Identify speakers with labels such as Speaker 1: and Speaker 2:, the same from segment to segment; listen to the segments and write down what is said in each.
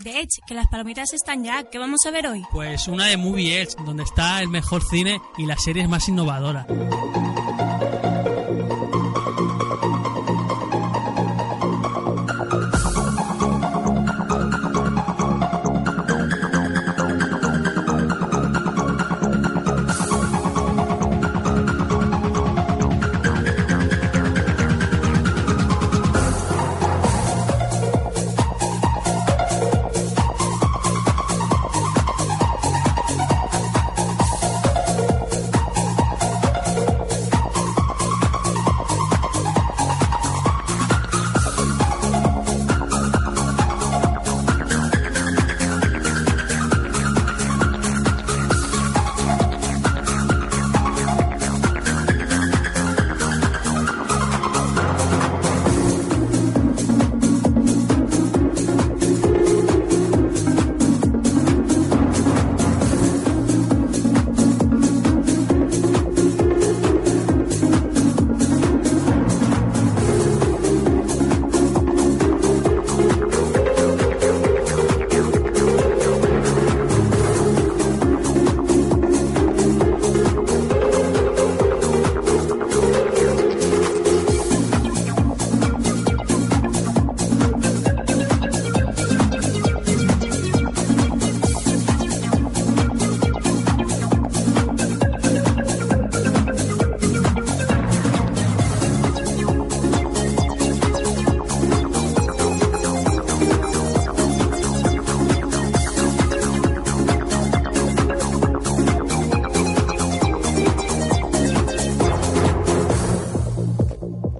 Speaker 1: De hecho, que las palomitas están ya. ¿Qué vamos a ver hoy?
Speaker 2: Pues una de Movie Edge, donde está el mejor cine y las series más innovadoras.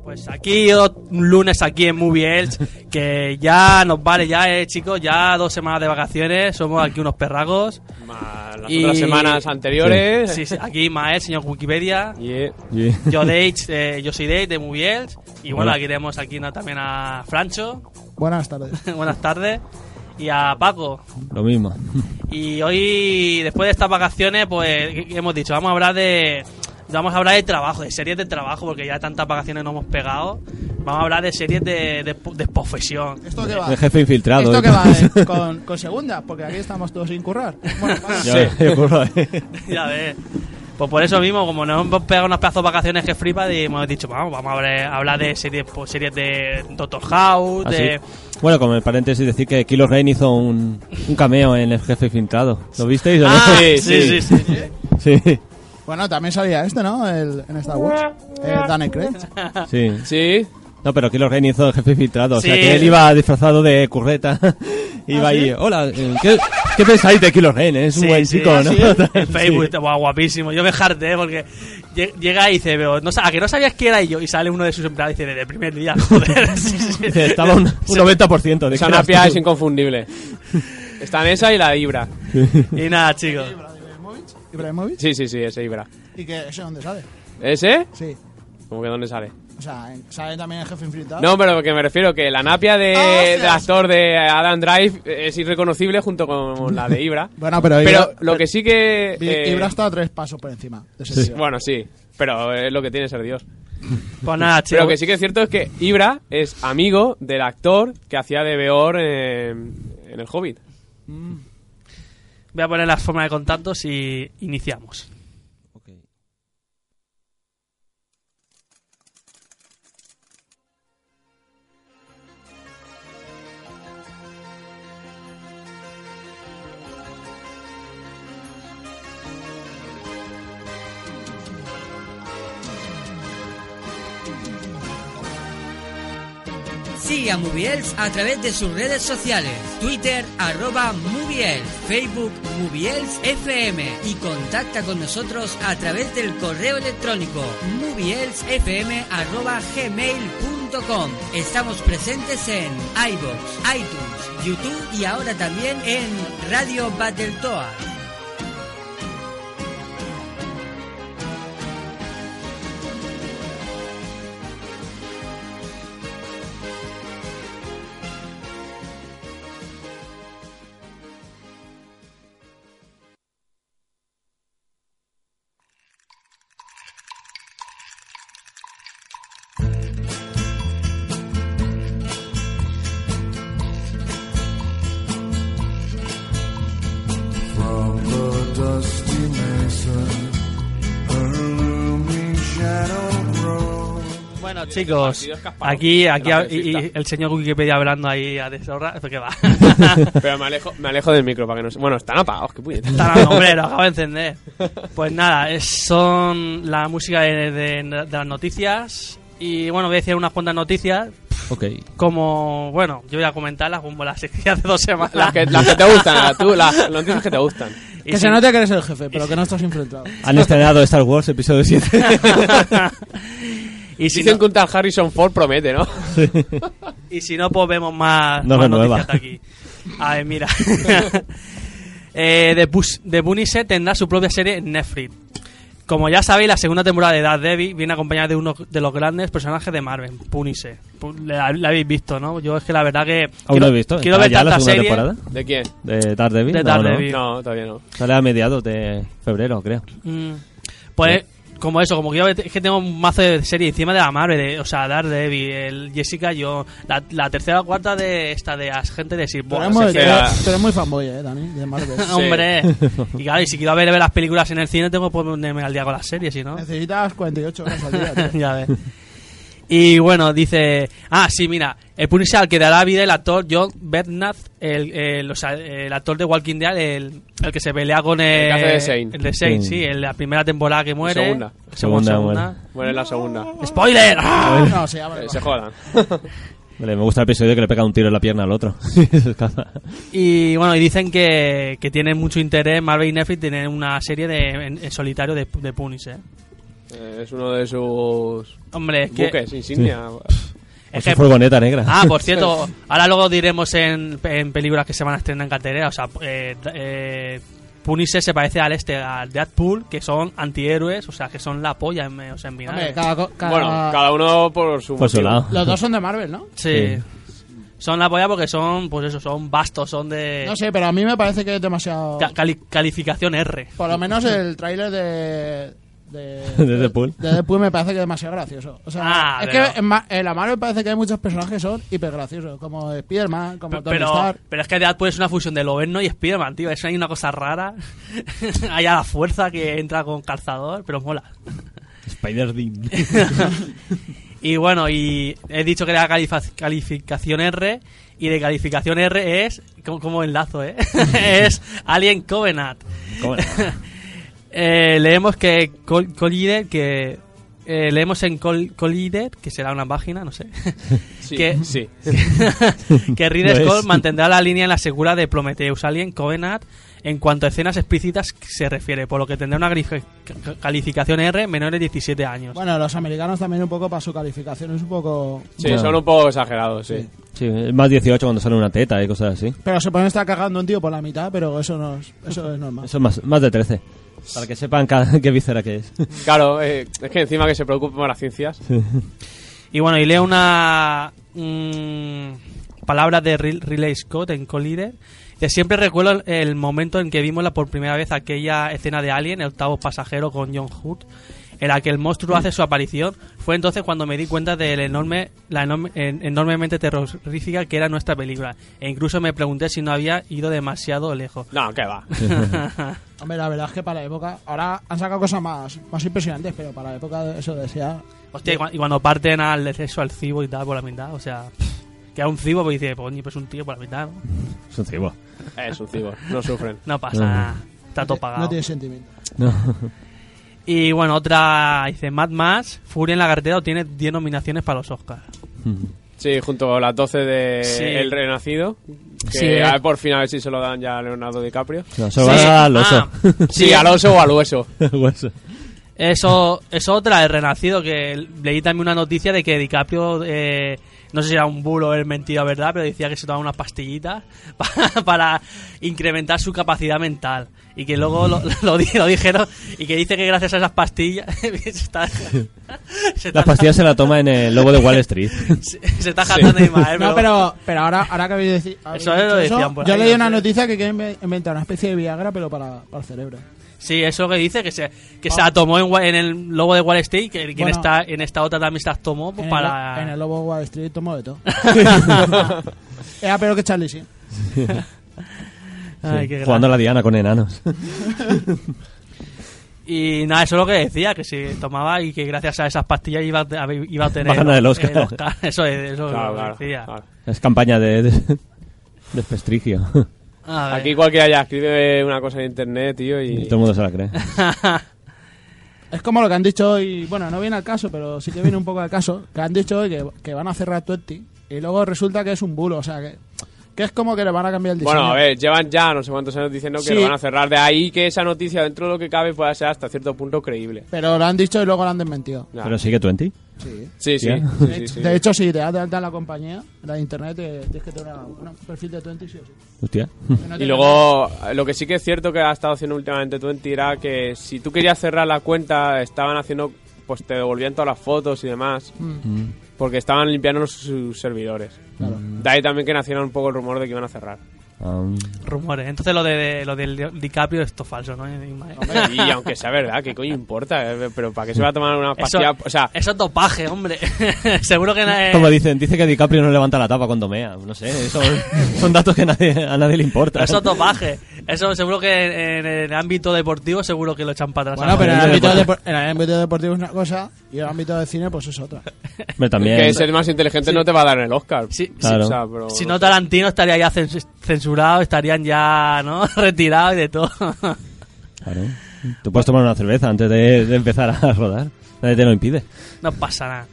Speaker 2: Pues aquí ot- un lunes aquí en Movie Edge, que ya nos vale ya, eh, chicos, ya dos semanas de vacaciones, somos aquí unos perragos.
Speaker 3: Más las
Speaker 2: Y-
Speaker 3: otras semanas anteriores.
Speaker 2: Sí, sí, aquí Mael, señor Wikipedia.
Speaker 3: Yeah.
Speaker 4: Yeah.
Speaker 2: Yo Dage, eh, yo soy Dage de Movie Edge. Y bueno,
Speaker 4: Hola.
Speaker 2: aquí tenemos aquí ¿no? también a Francho.
Speaker 5: Buenas tardes.
Speaker 2: Buenas tardes. Y a Paco.
Speaker 4: Lo mismo.
Speaker 2: Y hoy, después de estas vacaciones, pues ¿qué- qué hemos dicho, vamos a hablar de. Vamos a hablar de trabajo, de series de trabajo, porque ya tantas vacaciones no hemos pegado. Vamos a hablar de series de, de, de profesión.
Speaker 5: ¿Esto qué va?
Speaker 4: El jefe infiltrado.
Speaker 5: ¿Esto
Speaker 4: ¿eh?
Speaker 5: qué va? eh, con, con segunda, porque aquí estamos todos sin currar. Bueno, vale.
Speaker 4: Ya ves, yo curro, ¿eh?
Speaker 2: ya ves. Pues por eso mismo, como nos hemos pegado unas plazos de vacaciones que flipa, y hemos dicho, vamos, vamos a hablar, a hablar de series, pues, series de Doctor House,
Speaker 4: Ah, sí.
Speaker 2: de...
Speaker 4: Bueno, como el paréntesis, decir que Kilo Rain hizo un, un cameo en El jefe infiltrado. ¿Lo visteis o no?
Speaker 2: Ah,
Speaker 3: Sí,
Speaker 2: sí, sí,
Speaker 3: sí.
Speaker 2: sí.
Speaker 4: Sí,
Speaker 5: Bueno, también salía este, ¿no? El, en Star Wars. Eh, Daniel Craig.
Speaker 4: sí.
Speaker 3: Sí.
Speaker 4: No, pero Kilo Rain hizo El jefe infiltrado. O sea,
Speaker 2: Sí. ¿Ah,
Speaker 4: que él iba disfrazado de curreta. iba ahí, hola, eh, ¿qué, qué pensáis de Kilo Rain? Es un
Speaker 2: Sí,
Speaker 4: buen
Speaker 2: sí, ah,
Speaker 4: chico, ¿no?
Speaker 2: sí. En
Speaker 4: Sí.
Speaker 2: Facebook, guau, guapísimo. Yo me jarté porque lle- llega y dice, veo, no, sa- a que no sabías que era yo. Y sale uno de sus empleados y dice, desde el primer día, joder. Sí, sí, sí.
Speaker 4: Dice, Estaba un, un 90% de
Speaker 3: Esa
Speaker 4: que eras
Speaker 3: napia
Speaker 4: tú.
Speaker 3: es inconfundible. Están esa y la Ibra.
Speaker 2: Y nada, chicos.
Speaker 5: Ibrahimovic.
Speaker 3: Sí, sí, sí, ese Ibra.
Speaker 5: ¿Y que ese dónde sale?
Speaker 3: ¿Ese?
Speaker 5: Sí.
Speaker 3: ¿Cómo que dónde sale?
Speaker 5: O sea, en- sale también el jefe infiltrado.
Speaker 3: No, pero que me refiero que la napia de,
Speaker 5: Ah, hostias.
Speaker 3: del actor de Adam Drive es irreconocible junto con la de Ibra.
Speaker 5: Bueno, pero Ibra-
Speaker 3: Pero lo que sí que.
Speaker 5: Vi-
Speaker 3: eh,
Speaker 5: Ibra está a tres pasos por encima. de ese tío.
Speaker 3: Bueno, sí. Pero es lo que tiene ser Dios.
Speaker 2: Pues nada, chicos.
Speaker 3: Pero que sí que es cierto es que Ibra es amigo del actor que hacía de Beor en, en El Hobbit.
Speaker 2: Voy a poner las formas de contactos y iniciamos.
Speaker 6: Sigue a Moviels a través de sus redes sociales, Twitter arroba Moviels, Facebook Moviels FM y contacta con nosotros a través del correo electrónico movielsfm arroba gmail.com. Estamos presentes en iVoox, iTunes, YouTube y ahora también en Radio Battletoa.
Speaker 2: Bueno, chicos,
Speaker 3: partidos Kasparov.
Speaker 2: aquí, aquí
Speaker 3: Era
Speaker 2: hab- y, y
Speaker 3: progresista.
Speaker 2: el señor Wikipedia hablando ahí a deshorra. ¿Esto qué va?
Speaker 3: Pero me alejo, me alejo del micro para que no se... Bueno, están apagados, qué puñetas.
Speaker 2: Tarán, hombre, lo acabo de encender. Pues nada, es- son la música de, de- de las noticias. Y bueno, voy a decir unas cuantas noticias.
Speaker 4: Ok.
Speaker 2: Como, bueno, yo voy a comentarlas como las que hice hace dos semanas.
Speaker 3: Las que, las que te gustan, tú, las las noticias que te gustan.
Speaker 2: Y
Speaker 5: Que
Speaker 2: si-
Speaker 5: se note que eres el jefe, pero que no estás infiltrado.
Speaker 4: Han estrenado Star Wars episodio 7.
Speaker 2: y, si
Speaker 3: Dicen
Speaker 2: no,
Speaker 3: que un tal Harrison Ford promete, ¿no?
Speaker 2: y si no, pues vemos más,
Speaker 4: No
Speaker 2: más
Speaker 4: renueva.
Speaker 2: noticias de aquí. A ver, mira. eh, The, Bus- The Punisher tendrá su propia serie en Netflix. Como ya sabéis, la segunda temporada de Daredevil viene acompañada de uno de los grandes personajes de Marvel, Punisher. Pu- La, la habéis visto, ¿no? Yo es que la verdad que...
Speaker 4: Aún no he visto.
Speaker 2: Quiero
Speaker 4: ¿Está
Speaker 2: ver
Speaker 4: ya la
Speaker 2: tanta
Speaker 4: segunda
Speaker 2: serie.
Speaker 4: temporada?
Speaker 3: ¿De quién?
Speaker 4: De Daredevil.
Speaker 2: De
Speaker 4: No, no.
Speaker 2: Daredevil.
Speaker 3: No, todavía no.
Speaker 4: Sale a mediados de febrero, creo.
Speaker 2: Mm, pues como eso, como que yo es que tengo un mazo de serie encima de la Marvel, de- o sea, Daredevil, el Jessica, yo la, la tercera o cuarta de esta de gente de Sir
Speaker 5: Tú
Speaker 2: Buah,
Speaker 5: eres, muy,
Speaker 3: se
Speaker 5: tú
Speaker 3: queda-
Speaker 5: eres- tú eres muy fanboy, eh, Dani, de Marvel.
Speaker 2: ese- Hombre, y claro, y si quiero ver, ver las películas en el cine, tengo que ponerme al día con las series, si no.
Speaker 5: Necesitas 48 horas al día. tío.
Speaker 2: ya ves. Y bueno, dice. Ah, sí, mira. El Punisher al que dará vida el actor John Bernard, el, el- o sea, el actor de Walking Dead, el, el que se pelea con el.
Speaker 3: que hace de Shane.
Speaker 2: El de Shane,
Speaker 4: Sí.
Speaker 2: sí, en la primera temporada que muere.
Speaker 3: Segunda.
Speaker 2: Segunda,
Speaker 4: Segunda,
Speaker 2: segunda.
Speaker 4: muere.
Speaker 3: Bueno, es la segunda.
Speaker 2: ¡Spoiler! ¡Ah!
Speaker 5: No, sí, ya vale,
Speaker 3: Eh,
Speaker 5: va.
Speaker 3: se jodan.
Speaker 4: Vale, me gusta el episodio que le pega un tiro en la pierna al otro. Se escapa.
Speaker 2: Y bueno, y dicen que, que tienen mucho interés Marvel y Netflix tienen una serie de, en, en solitario de, de Punisher.
Speaker 3: Eh, es uno de sus
Speaker 2: Hombre, es que.
Speaker 3: buques, insignia.
Speaker 4: O
Speaker 2: Es
Speaker 4: su
Speaker 2: que
Speaker 4: furgoneta negra.
Speaker 2: Ah, por cierto, ahora luego diremos en, en películas que se van a estrenar en cartelera. O sea, eh, eh, Punisher se parece al este, al Deadpool, que son antihéroes, o sea, que son la polla en, o sea, en vinagre.
Speaker 5: Hombre, cada, co- cada-
Speaker 3: Bueno, cada uno por su
Speaker 4: por su
Speaker 3: motivo.
Speaker 4: lado.
Speaker 5: Los dos son de Marvel, ¿no?
Speaker 2: sí.
Speaker 4: sí.
Speaker 2: Son la polla porque son, pues eso, son bastos, son de
Speaker 5: No sé, pero a mí me parece que es demasiado...
Speaker 2: Eh, ca- cali- calificación R.
Speaker 5: Por lo menos el tráiler de... De,
Speaker 4: De Deadpool.
Speaker 5: de Deadpool me parece que es demasiado gracioso. O sea,
Speaker 2: Ah,
Speaker 5: es
Speaker 2: pero-
Speaker 5: que en, Ma- en la Marvel parece que hay muchos personajes que son hiper graciosos, como Spider-Man, como
Speaker 2: Pe-
Speaker 5: Tony
Speaker 2: Pero,
Speaker 5: Stark.
Speaker 2: pero es que Deadpool es una fusión de Loberno y Spiderman, tío. Eso hay una cosa rara. hay a la fuerza que entra con calzador, pero mola.
Speaker 4: Spider-Man.
Speaker 2: Y bueno, y he dicho que era califa- calificación R y de calificación R es, como, como enlazo, ¿eh? es Alien Covenant.
Speaker 4: ¿Cómo no?
Speaker 2: Eh, leemos que Col- Collider, que... eh, leemos en Col- Collider, que será una página, no sé,
Speaker 3: Sí,
Speaker 2: que,
Speaker 3: sí.
Speaker 2: que Ridley
Speaker 4: Lo es.
Speaker 2: Scott mantendrá la línea en la segura de Prometheus Alien Covenant en cuanto a escenas explícitas se refiere, por lo que tendrá una grif- ca- calificación R menor de 17 años.
Speaker 5: Bueno, los americanos también un poco para su calificación, es un poco...
Speaker 3: Sí,
Speaker 4: Ya.
Speaker 3: son un poco exagerados, sí.
Speaker 4: Sí, más 18 cuando sale una teta y cosas así.
Speaker 5: Pero se pone está cagando un tío por la mitad, pero eso no es, eso es normal.
Speaker 4: Eso es más, más de 13. Para que sepan ca- qué víscera que es.
Speaker 3: Claro, eh, es que encima que se preocupen por las ciencias.
Speaker 2: Y bueno, y leo una mm, palabra de Ri- Ridley Scott en Collider. Que siempre recuerdo el, el momento en que vimos la, por primera vez aquella escena de Alien, el octavo pasajero con John Hood, en la que el monstruo hace su aparición. Fue entonces cuando me di cuenta de enorme, la enorme- en- enormemente terrorífica que era nuestra película. E incluso me pregunté si no había ido demasiado lejos.
Speaker 3: No, que va.
Speaker 5: Hombre, la verdad es que para la época... Ahora han sacado cosas más, más impresionantes, pero para la época eso decía...
Speaker 2: Hostia, y cua- y cuando parten al eso al cibo y tal por la mitad, o sea, que a un cibo pues dice, pues, pues un tío por la mitad, ¿no?
Speaker 4: Es un cebo.
Speaker 3: Es un cibor, no sufren.
Speaker 2: No pasa
Speaker 4: No.
Speaker 2: nada. Está todo
Speaker 5: No
Speaker 2: pagado.
Speaker 5: tiene sentimiento.
Speaker 4: No.
Speaker 2: y bueno, otra dice Mad Max, Furia en la carretera tiene 10 nominaciones para los Oscars.
Speaker 3: Sí, junto a las 12 de
Speaker 2: Sí.
Speaker 3: El Renacido. Que
Speaker 2: Sí.
Speaker 3: a ver por fin a ver si se lo dan ya a Leonardo DiCaprio.
Speaker 4: No, se lo van a dar al
Speaker 2: Ah.
Speaker 4: oso.
Speaker 3: Sí, al oso o al hueso.
Speaker 4: Hueso.
Speaker 2: Eso es otra, el Renacido, que leí también una noticia de que DiCaprio, eh, no sé si era un bulo o es mentira, ¿verdad? Pero decía que se tomaba unas pastillitas para, para incrementar su capacidad mental. Y que luego lo, lo di- lo dijeron y que dice que gracias a esas pastillas se está, se está-
Speaker 4: Las pastillas se la toma en el lobo de Wall Street.
Speaker 2: se, se está jactando de Ismael,
Speaker 5: No, pero, pero ahora, ahora que habéis deci- habéis
Speaker 2: Eso es lo
Speaker 5: dicho eso,
Speaker 2: decían por
Speaker 5: yo
Speaker 2: ahí,
Speaker 5: leí
Speaker 2: no
Speaker 5: una
Speaker 2: sé.
Speaker 5: noticia que quieren inve- inventar una especie de Viagra, pero para, para el cerebro.
Speaker 2: Sí, eso que dice, que se, que se la tomó en, Wa- en el logo de Wall Street, que quien
Speaker 5: Ah. Bueno.
Speaker 2: está en esta otra también se las tomó pues,
Speaker 5: En,
Speaker 2: para...
Speaker 5: el, en el Lobo Wall Street tomo de todo. Era peor que Charlie, sí.
Speaker 2: Ay,
Speaker 4: Sí,
Speaker 2: qué
Speaker 4: Jugando
Speaker 2: gracia.
Speaker 4: a la diana con enanos.
Speaker 2: Y nada, eso es lo que decía, que si tomaba y que gracias a esas pastillas iba a, te- a- iba a tener...
Speaker 4: Va a ganar el Oscar.
Speaker 2: Eso es, eso es
Speaker 3: Claro,
Speaker 2: lo que
Speaker 3: claro,
Speaker 2: decía.
Speaker 3: claro.
Speaker 4: Es campaña de, de- desprestigio.
Speaker 2: A ver.
Speaker 3: Aquí cualquiera ya escribe una cosa en internet, tío, y...
Speaker 4: Y todo el mundo se la cree.
Speaker 5: Es como lo que han dicho hoy, bueno, no viene al caso, pero sí que viene un poco al caso, que han dicho hoy que, que van a cerrar Twenty y luego resulta que es un bulo, o sea, que, que es como que le van a cambiar el diseño.
Speaker 3: Bueno, a ver, llevan ya no sé cuántos años diciendo que
Speaker 5: Sí.
Speaker 3: lo van a cerrar. De ahí que esa noticia, dentro de lo que cabe, pueda ser hasta cierto punto creíble.
Speaker 5: Pero lo han dicho y luego lo han desmentido.
Speaker 3: Ya.
Speaker 4: Pero sigue 20.
Speaker 5: Sí.
Speaker 3: Sí, sí.
Speaker 4: Ya.
Speaker 3: sí,
Speaker 5: De,
Speaker 3: sí, sí.
Speaker 5: de hecho, si te das de alta en la compañía, en la de internet, te- tienes que tener una- una- un perfil de Twenty, sí o sí.
Speaker 4: Hostia.
Speaker 5: Que no
Speaker 3: Y
Speaker 5: te-
Speaker 3: luego, lo que sí que es cierto que ha estado haciendo últimamente Twenty era que si tú querías cerrar la cuenta, estaban haciendo, pues te devolvían todas las fotos y demás,
Speaker 5: Mm,
Speaker 3: porque estaban limpiando sus servidores. Mm.
Speaker 5: claro.
Speaker 3: De ahí también que naciera un poco el rumor de que iban a cerrar.
Speaker 4: Um,
Speaker 2: Rumores. Entonces lo de lo del DiCaprio esto es falso, ¿no?
Speaker 3: Y aunque sea verdad, ¿qué coño importa? Eh, Pero ¿para qué se va a tomar una pastilla? O sea,
Speaker 2: eso es dopaje, hombre. Seguro que na- eh,
Speaker 4: Como dicen, dice que DiCaprio no levanta la tapa cuando mea. No sé, eso son datos que a nadie, a nadie le importa.
Speaker 2: eso es dopaje. Eso seguro que en el ámbito deportivo seguro que lo echan para atrás.
Speaker 5: Bueno, pero en el, ámbito
Speaker 4: Ámbito
Speaker 5: depor- en el ámbito deportivo es una cosa y en el ámbito de cine pues es otra.
Speaker 4: Hombre, también.
Speaker 3: que ser más inteligente no te va a dar el Oscar.
Speaker 2: Sí,
Speaker 4: Claro.
Speaker 3: O sea, pero-
Speaker 2: Si no Tarantino estaría ya cens- censurado, estarían ya, ¿no? Retirados y de todo.
Speaker 4: Claro. Tú puedes tomar una cerveza antes de, de empezar a rodar. Nadie te lo impide.
Speaker 2: no pasa nada.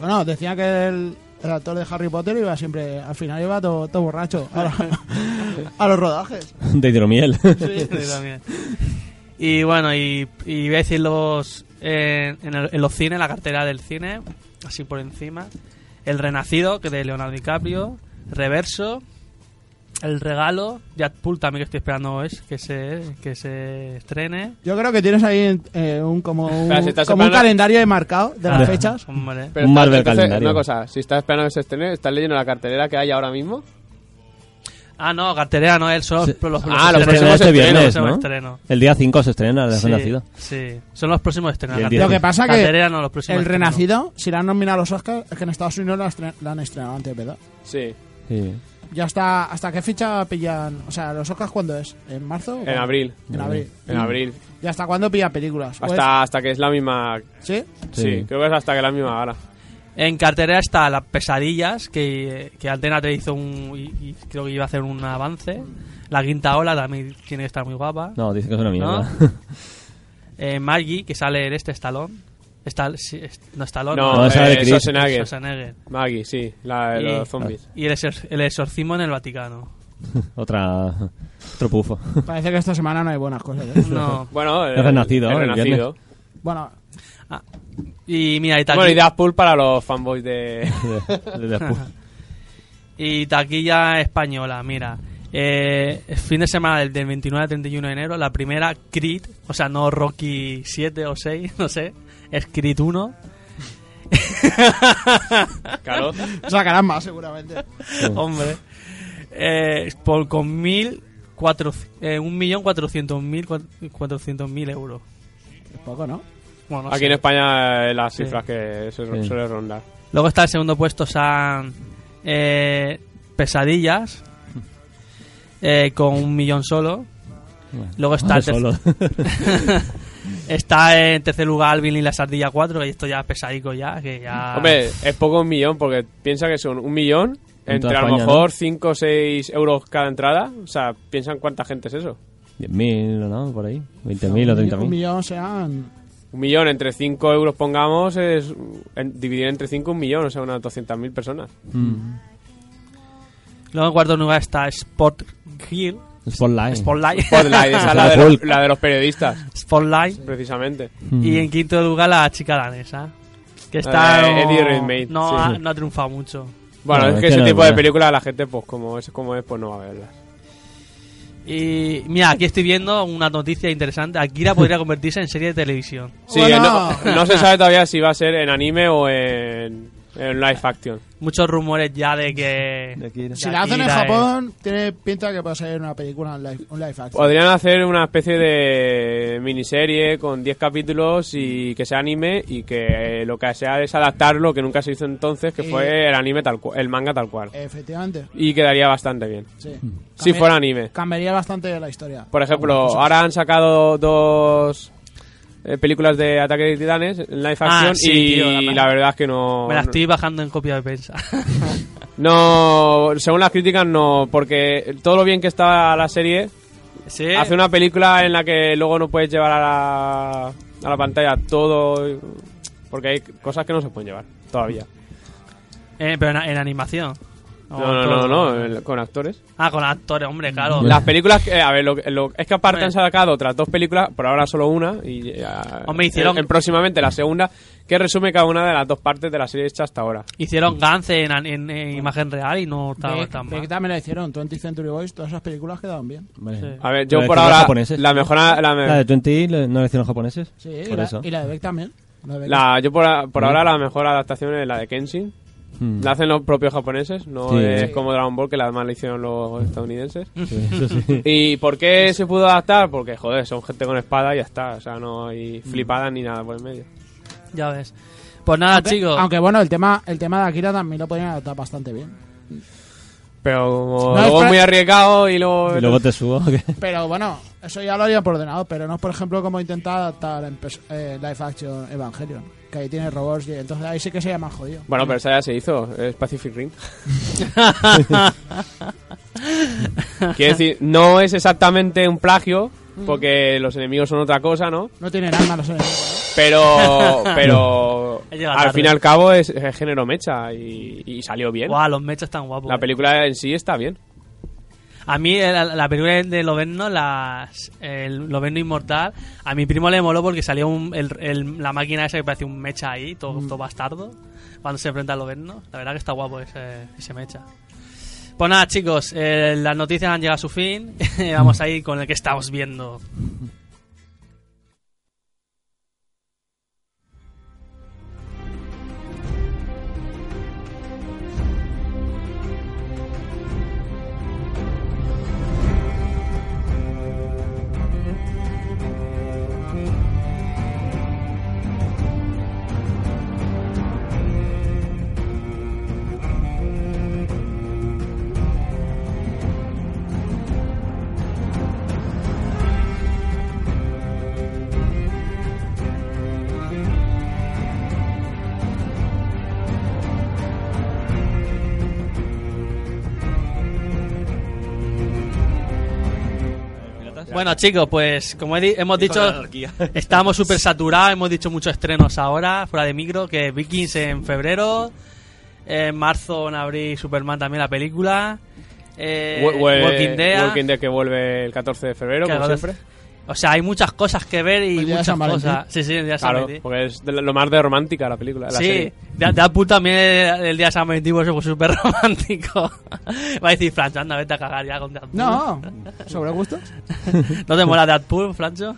Speaker 5: Bueno, decía que el, el actor de Harry Potter iba siempre, al final iba todo, todo borracho a, la- a los rodajes.
Speaker 4: De hidromiel.
Speaker 2: Sí, también. Y bueno, y, y voy a decir los, eh, en, el- en los cines, la cartera del cine, así por encima. El Renacido, que de Leonardo DiCaprio. Reverso. El Regalo. Deadpool también que estoy esperando es que se, que se estrene.
Speaker 5: Yo creo que tienes ahí eh, un, como un,
Speaker 3: Pero si estás
Speaker 5: como un
Speaker 3: separando-
Speaker 5: calendario de marcado de las
Speaker 2: Ah,
Speaker 5: fechas.
Speaker 2: Hombre.
Speaker 3: Pero
Speaker 4: Un
Speaker 3: está-
Speaker 4: Marvel
Speaker 3: entonces,
Speaker 4: calendario.
Speaker 3: Una cosa, si estás esperando que se estrene, ¿estás leyendo la cartelera que hay ahora mismo?
Speaker 2: Ah, no, cartelera no, él solo. los- los
Speaker 3: Ah, los
Speaker 4: Se estrena
Speaker 2: estrenos.
Speaker 3: próximos
Speaker 4: este viernes,
Speaker 2: Próximo
Speaker 4: ¿no?
Speaker 2: estreno.
Speaker 4: El día 5 se estrena el
Speaker 2: Sí,
Speaker 4: Renacido.
Speaker 2: sí, son los próximos estrenos.
Speaker 4: Y el
Speaker 2: la
Speaker 4: día-
Speaker 5: Lo
Speaker 2: cartera.
Speaker 5: que pasa que
Speaker 2: Cartelera no, los próximos
Speaker 5: el
Speaker 2: estrenos.
Speaker 5: Renacido, si la han nominado a los Oscars, es que en Estados Unidos la, estre- la han estrenado antes, ¿verdad?
Speaker 3: Sí,
Speaker 4: Sí.
Speaker 5: Ya hasta, ¿Hasta qué fecha pillan? O sea, ¿los Oscars cuándo es? ¿En marzo? o
Speaker 3: en
Speaker 5: cuándo?
Speaker 3: abril.
Speaker 5: En abril.
Speaker 3: En abril.
Speaker 5: ¿Y hasta cuándo pillan películas? ¿O
Speaker 3: Hasta, hasta que es la misma.
Speaker 5: es- ¿Sí?
Speaker 3: Sí.
Speaker 4: Sí.
Speaker 3: creo que es hasta que es la misma gala.
Speaker 2: En cartelera está Las Pesadillas, que, que Antena te hizo un. Y, y creo que iba a hacer un avance. La Quinta Ola también tiene que estar muy guapa.
Speaker 4: No, dice que es una mierda.
Speaker 2: ¿No? Eh, Maggie, que sale en este Stallone. Estal, sí, est- no Stallone,
Speaker 3: No,
Speaker 4: No,
Speaker 3: eh,
Speaker 4: esa de Chris.
Speaker 3: Schwarzenegger.
Speaker 2: Schwarzenegger.
Speaker 3: Maggie, sí, la de
Speaker 2: Y-
Speaker 3: los zombies.
Speaker 2: Y el, exor- el exorcismo en el Vaticano.
Speaker 4: Otra. Otro pufo.
Speaker 5: Parece que esta semana no hay buenas cosas. ¿eh?
Speaker 2: No.
Speaker 3: Bueno, el,
Speaker 4: El Renacido,
Speaker 3: el
Speaker 4: el
Speaker 3: renacido.
Speaker 5: Bueno,
Speaker 2: Ah, y mira, y
Speaker 3: Bueno, y
Speaker 2: taquilla,
Speaker 3: Deadpool para los fanboys de.
Speaker 4: De- de- de-
Speaker 2: y taquilla española, mira. Eh, el fin de semana del, del 29 al 31 de enero, la primera Creed, o sea, no Rocky 7 o 6, no sé, es Creed 1.
Speaker 3: claro.
Speaker 5: sacarán más seguramente.
Speaker 2: Hombre. Eh, por, con mil cuatro, eh, un millón cuatrocientos mil cua- cuatrocientos mil euros.
Speaker 5: Es poco, ¿no?
Speaker 2: Bueno, no
Speaker 3: Aquí
Speaker 2: sé.
Speaker 3: en España eh, las
Speaker 2: Sí.
Speaker 3: cifras que se
Speaker 4: Sí.
Speaker 3: suele rondar.
Speaker 2: Luego está el segundo puesto, San eh, Pesadillas, eh, con un millón solo. Luego está
Speaker 4: Vale,
Speaker 2: el tercer-
Speaker 4: solo.
Speaker 2: Está en tercer lugar Alvin y la Sardilla 4, y esto ya es pesadico ya, que ya...
Speaker 3: Hombre, es poco un millón, porque piensa que son un millón
Speaker 4: En
Speaker 3: entre
Speaker 4: toda
Speaker 3: a lo
Speaker 4: España,
Speaker 3: mejor 5 o 6 euros cada entrada. O sea, piensan cuánta gente es eso.
Speaker 4: 10.000 o no, por ahí. 20.000 o
Speaker 5: Un
Speaker 4: 30.000.
Speaker 5: millón sean.
Speaker 3: Un millón entre 5 euros, pongamos, es en- dividir entre 5 un millón, o sea, unas 200.000 personas.
Speaker 4: Mm.
Speaker 2: Luego en cuarto lugar está Spot Hill,
Speaker 4: Spotlight.
Speaker 2: Spotlight,
Speaker 3: Spotlight, esa es Pues la de, los, la de los periodistas,
Speaker 2: Spotlight.
Speaker 3: precisamente.
Speaker 4: Mm.
Speaker 2: Y en quinto lugar la chica danesa, que está...
Speaker 3: Eh,
Speaker 2: no-
Speaker 3: Eddie Redmayne,
Speaker 2: no,
Speaker 3: sí.
Speaker 2: ha, no ha triunfado mucho.
Speaker 3: Bueno,
Speaker 4: No,
Speaker 3: es
Speaker 4: es
Speaker 3: que
Speaker 4: que
Speaker 3: ese
Speaker 4: no
Speaker 3: tipo
Speaker 4: es
Speaker 3: de
Speaker 4: buena.
Speaker 3: películas la gente, pues como es, como es pues no va a verlas.
Speaker 2: Y mira, aquí estoy viendo una noticia interesante. Akira podría convertirse en serie de televisión.
Speaker 3: Sí,
Speaker 5: Bueno.
Speaker 3: eh, no, no se sabe todavía si va a ser en anime o en, en live action.
Speaker 2: Muchos rumores ya de que...
Speaker 5: Si la hacen en
Speaker 2: Akira eh, es-
Speaker 5: Japón, tiene pinta de que puede ser una película, un live, un live action.
Speaker 3: Podrían hacer una especie de miniserie con 10 capítulos y que sea anime y que eh, lo que sea es adaptar lo que nunca se hizo entonces, que
Speaker 5: Y-
Speaker 3: fue el anime tal cual, el manga tal cual.
Speaker 5: Efectivamente.
Speaker 3: Y quedaría bastante bien.
Speaker 2: Mm.
Speaker 5: Sí.
Speaker 3: Si
Speaker 5: Cambi-
Speaker 3: fuera anime.
Speaker 5: Cambiaría bastante la historia.
Speaker 3: Por ejemplo,
Speaker 5: Algunas cosas.
Speaker 3: ahora han sacado dos eh, películas de Ataque de Titanes, en live
Speaker 2: Ah,
Speaker 3: action,
Speaker 2: sí,
Speaker 3: y
Speaker 2: tío, la-
Speaker 3: la verdad es que no...
Speaker 2: Me la estoy bajando en copia de prensa.
Speaker 3: No, según las críticas no, porque todo lo bien que está la serie,
Speaker 2: sí.
Speaker 3: hace una película en la que luego no puedes llevar a la, a la pantalla todo, porque hay cosas que no se pueden llevar todavía.
Speaker 2: Eh, pero en, en animación. O
Speaker 3: No, no, no,
Speaker 2: todo.
Speaker 3: no, eh. el- con actores.
Speaker 2: Ah, con actores, hombre, claro.
Speaker 3: Las películas, que- a ver, lo, lo- es que aparte
Speaker 2: Hombre.
Speaker 3: han sacado otras dos películas, por ahora solo una, y ya-
Speaker 2: Hombre, hicieron-
Speaker 3: en- en próximamente la segunda, que resume cada una de las dos partes de la serie hecha hasta ahora.
Speaker 2: Hicieron Gantz en, en- en imagen real y no estaba
Speaker 5: Beck-
Speaker 2: tan
Speaker 5: Beck
Speaker 2: mal.
Speaker 5: también lo hicieron, 20th Century Boys, todas esas películas quedaron bien.
Speaker 4: Vale.
Speaker 3: A ver, yo
Speaker 4: La de
Speaker 3: por
Speaker 4: que los
Speaker 3: ahora,
Speaker 4: japoneses.
Speaker 3: la mejor, la, me-
Speaker 4: La de 20 le- no le hicieron japoneses.
Speaker 5: Sí, y
Speaker 4: por
Speaker 5: la,
Speaker 4: eso.
Speaker 5: y la de Beck también. La de Beck.
Speaker 3: la- yo por, por ahora la mejor adaptación es la de Kenshin.
Speaker 4: Mm.
Speaker 3: La hacen los propios japoneses, no
Speaker 4: Sí.
Speaker 3: es
Speaker 4: Sí.
Speaker 3: como Dragon Ball, que la además la hicieron los estadounidenses.
Speaker 4: Sí, eso sí.
Speaker 3: ¿Y por qué se pudo adaptar? Porque, joder, son gente con espada y ya está. O sea, no hay flipadas ni nada por el medio.
Speaker 2: Ya ves. Pues nada,
Speaker 5: aunque,
Speaker 2: chicos.
Speaker 5: aunque bueno, el tema, el tema de Akira también lo podían adaptar bastante bien.
Speaker 3: Pero como
Speaker 5: No,
Speaker 3: luego es
Speaker 5: espera-
Speaker 3: muy arriesgado y luego...
Speaker 4: Y luego te subo. que-
Speaker 5: Pero bueno, eso ya lo harían por ordenado, pero no es por ejemplo como intentar adaptar en pers- eh, Live Action Evangelion, que ahí tiene robots y entonces ahí sí que sería más jodido.
Speaker 3: Bueno, pero esa ya se hizo, es Pacific Rim. Quiero decir, no es exactamente un plagio,
Speaker 2: Mm.
Speaker 3: porque los enemigos son otra cosa, ¿no?
Speaker 5: No tienen alma los enemigos.
Speaker 3: Pero, pero
Speaker 2: Ha llegado
Speaker 3: al
Speaker 2: tarde.
Speaker 3: fin y al cabo es, es género mecha y, y salió bien.
Speaker 2: Guau, los mechas están guapos.
Speaker 3: La
Speaker 2: eh.
Speaker 3: película en sí está bien.
Speaker 2: A mí, eh, la, la película de Loveno, las, el Loveno Inmortal, a mi primo le moló porque salía un- el- el- la máquina esa que parecía un mecha ahí, todo,
Speaker 5: Mm.
Speaker 2: todo bastardo, cuando se enfrenta a Loveno. La verdad que está guapo ese, ese mecha. Pues nada, chicos, eh, las noticias han llegado a su fin. Vamos
Speaker 5: Mm.
Speaker 2: ahí con el que estamos viendo. Bueno, chicos, pues como he di- hemos dicho, estamos súper saturados, hemos dicho muchos estrenos ahora, fuera de micro, que Vikings en febrero, en marzo, en abril, Superman también la película, eh,
Speaker 3: Wo- wo-
Speaker 2: Walking Dead.
Speaker 3: Walking Dead que vuelve el 14 de febrero,
Speaker 2: Claro,
Speaker 3: como siempre.
Speaker 2: O sea, hay muchas cosas que ver y
Speaker 5: El día de
Speaker 2: muchas
Speaker 5: Pues San Valentín.
Speaker 2: cosas. Sí, sí, el día de San
Speaker 3: Claro,
Speaker 2: Valentín.
Speaker 3: porque es de lo más de romántica la película. La
Speaker 2: Sí,
Speaker 3: serie.
Speaker 2: de, de Apple también el, el día de San Valentín por eso fue súper romántico. Va a decir, Francho, anda, vete a cagar ya con Deadpool.
Speaker 5: No, sobre gustos.
Speaker 2: ¿No te mola Deadpool, Francho?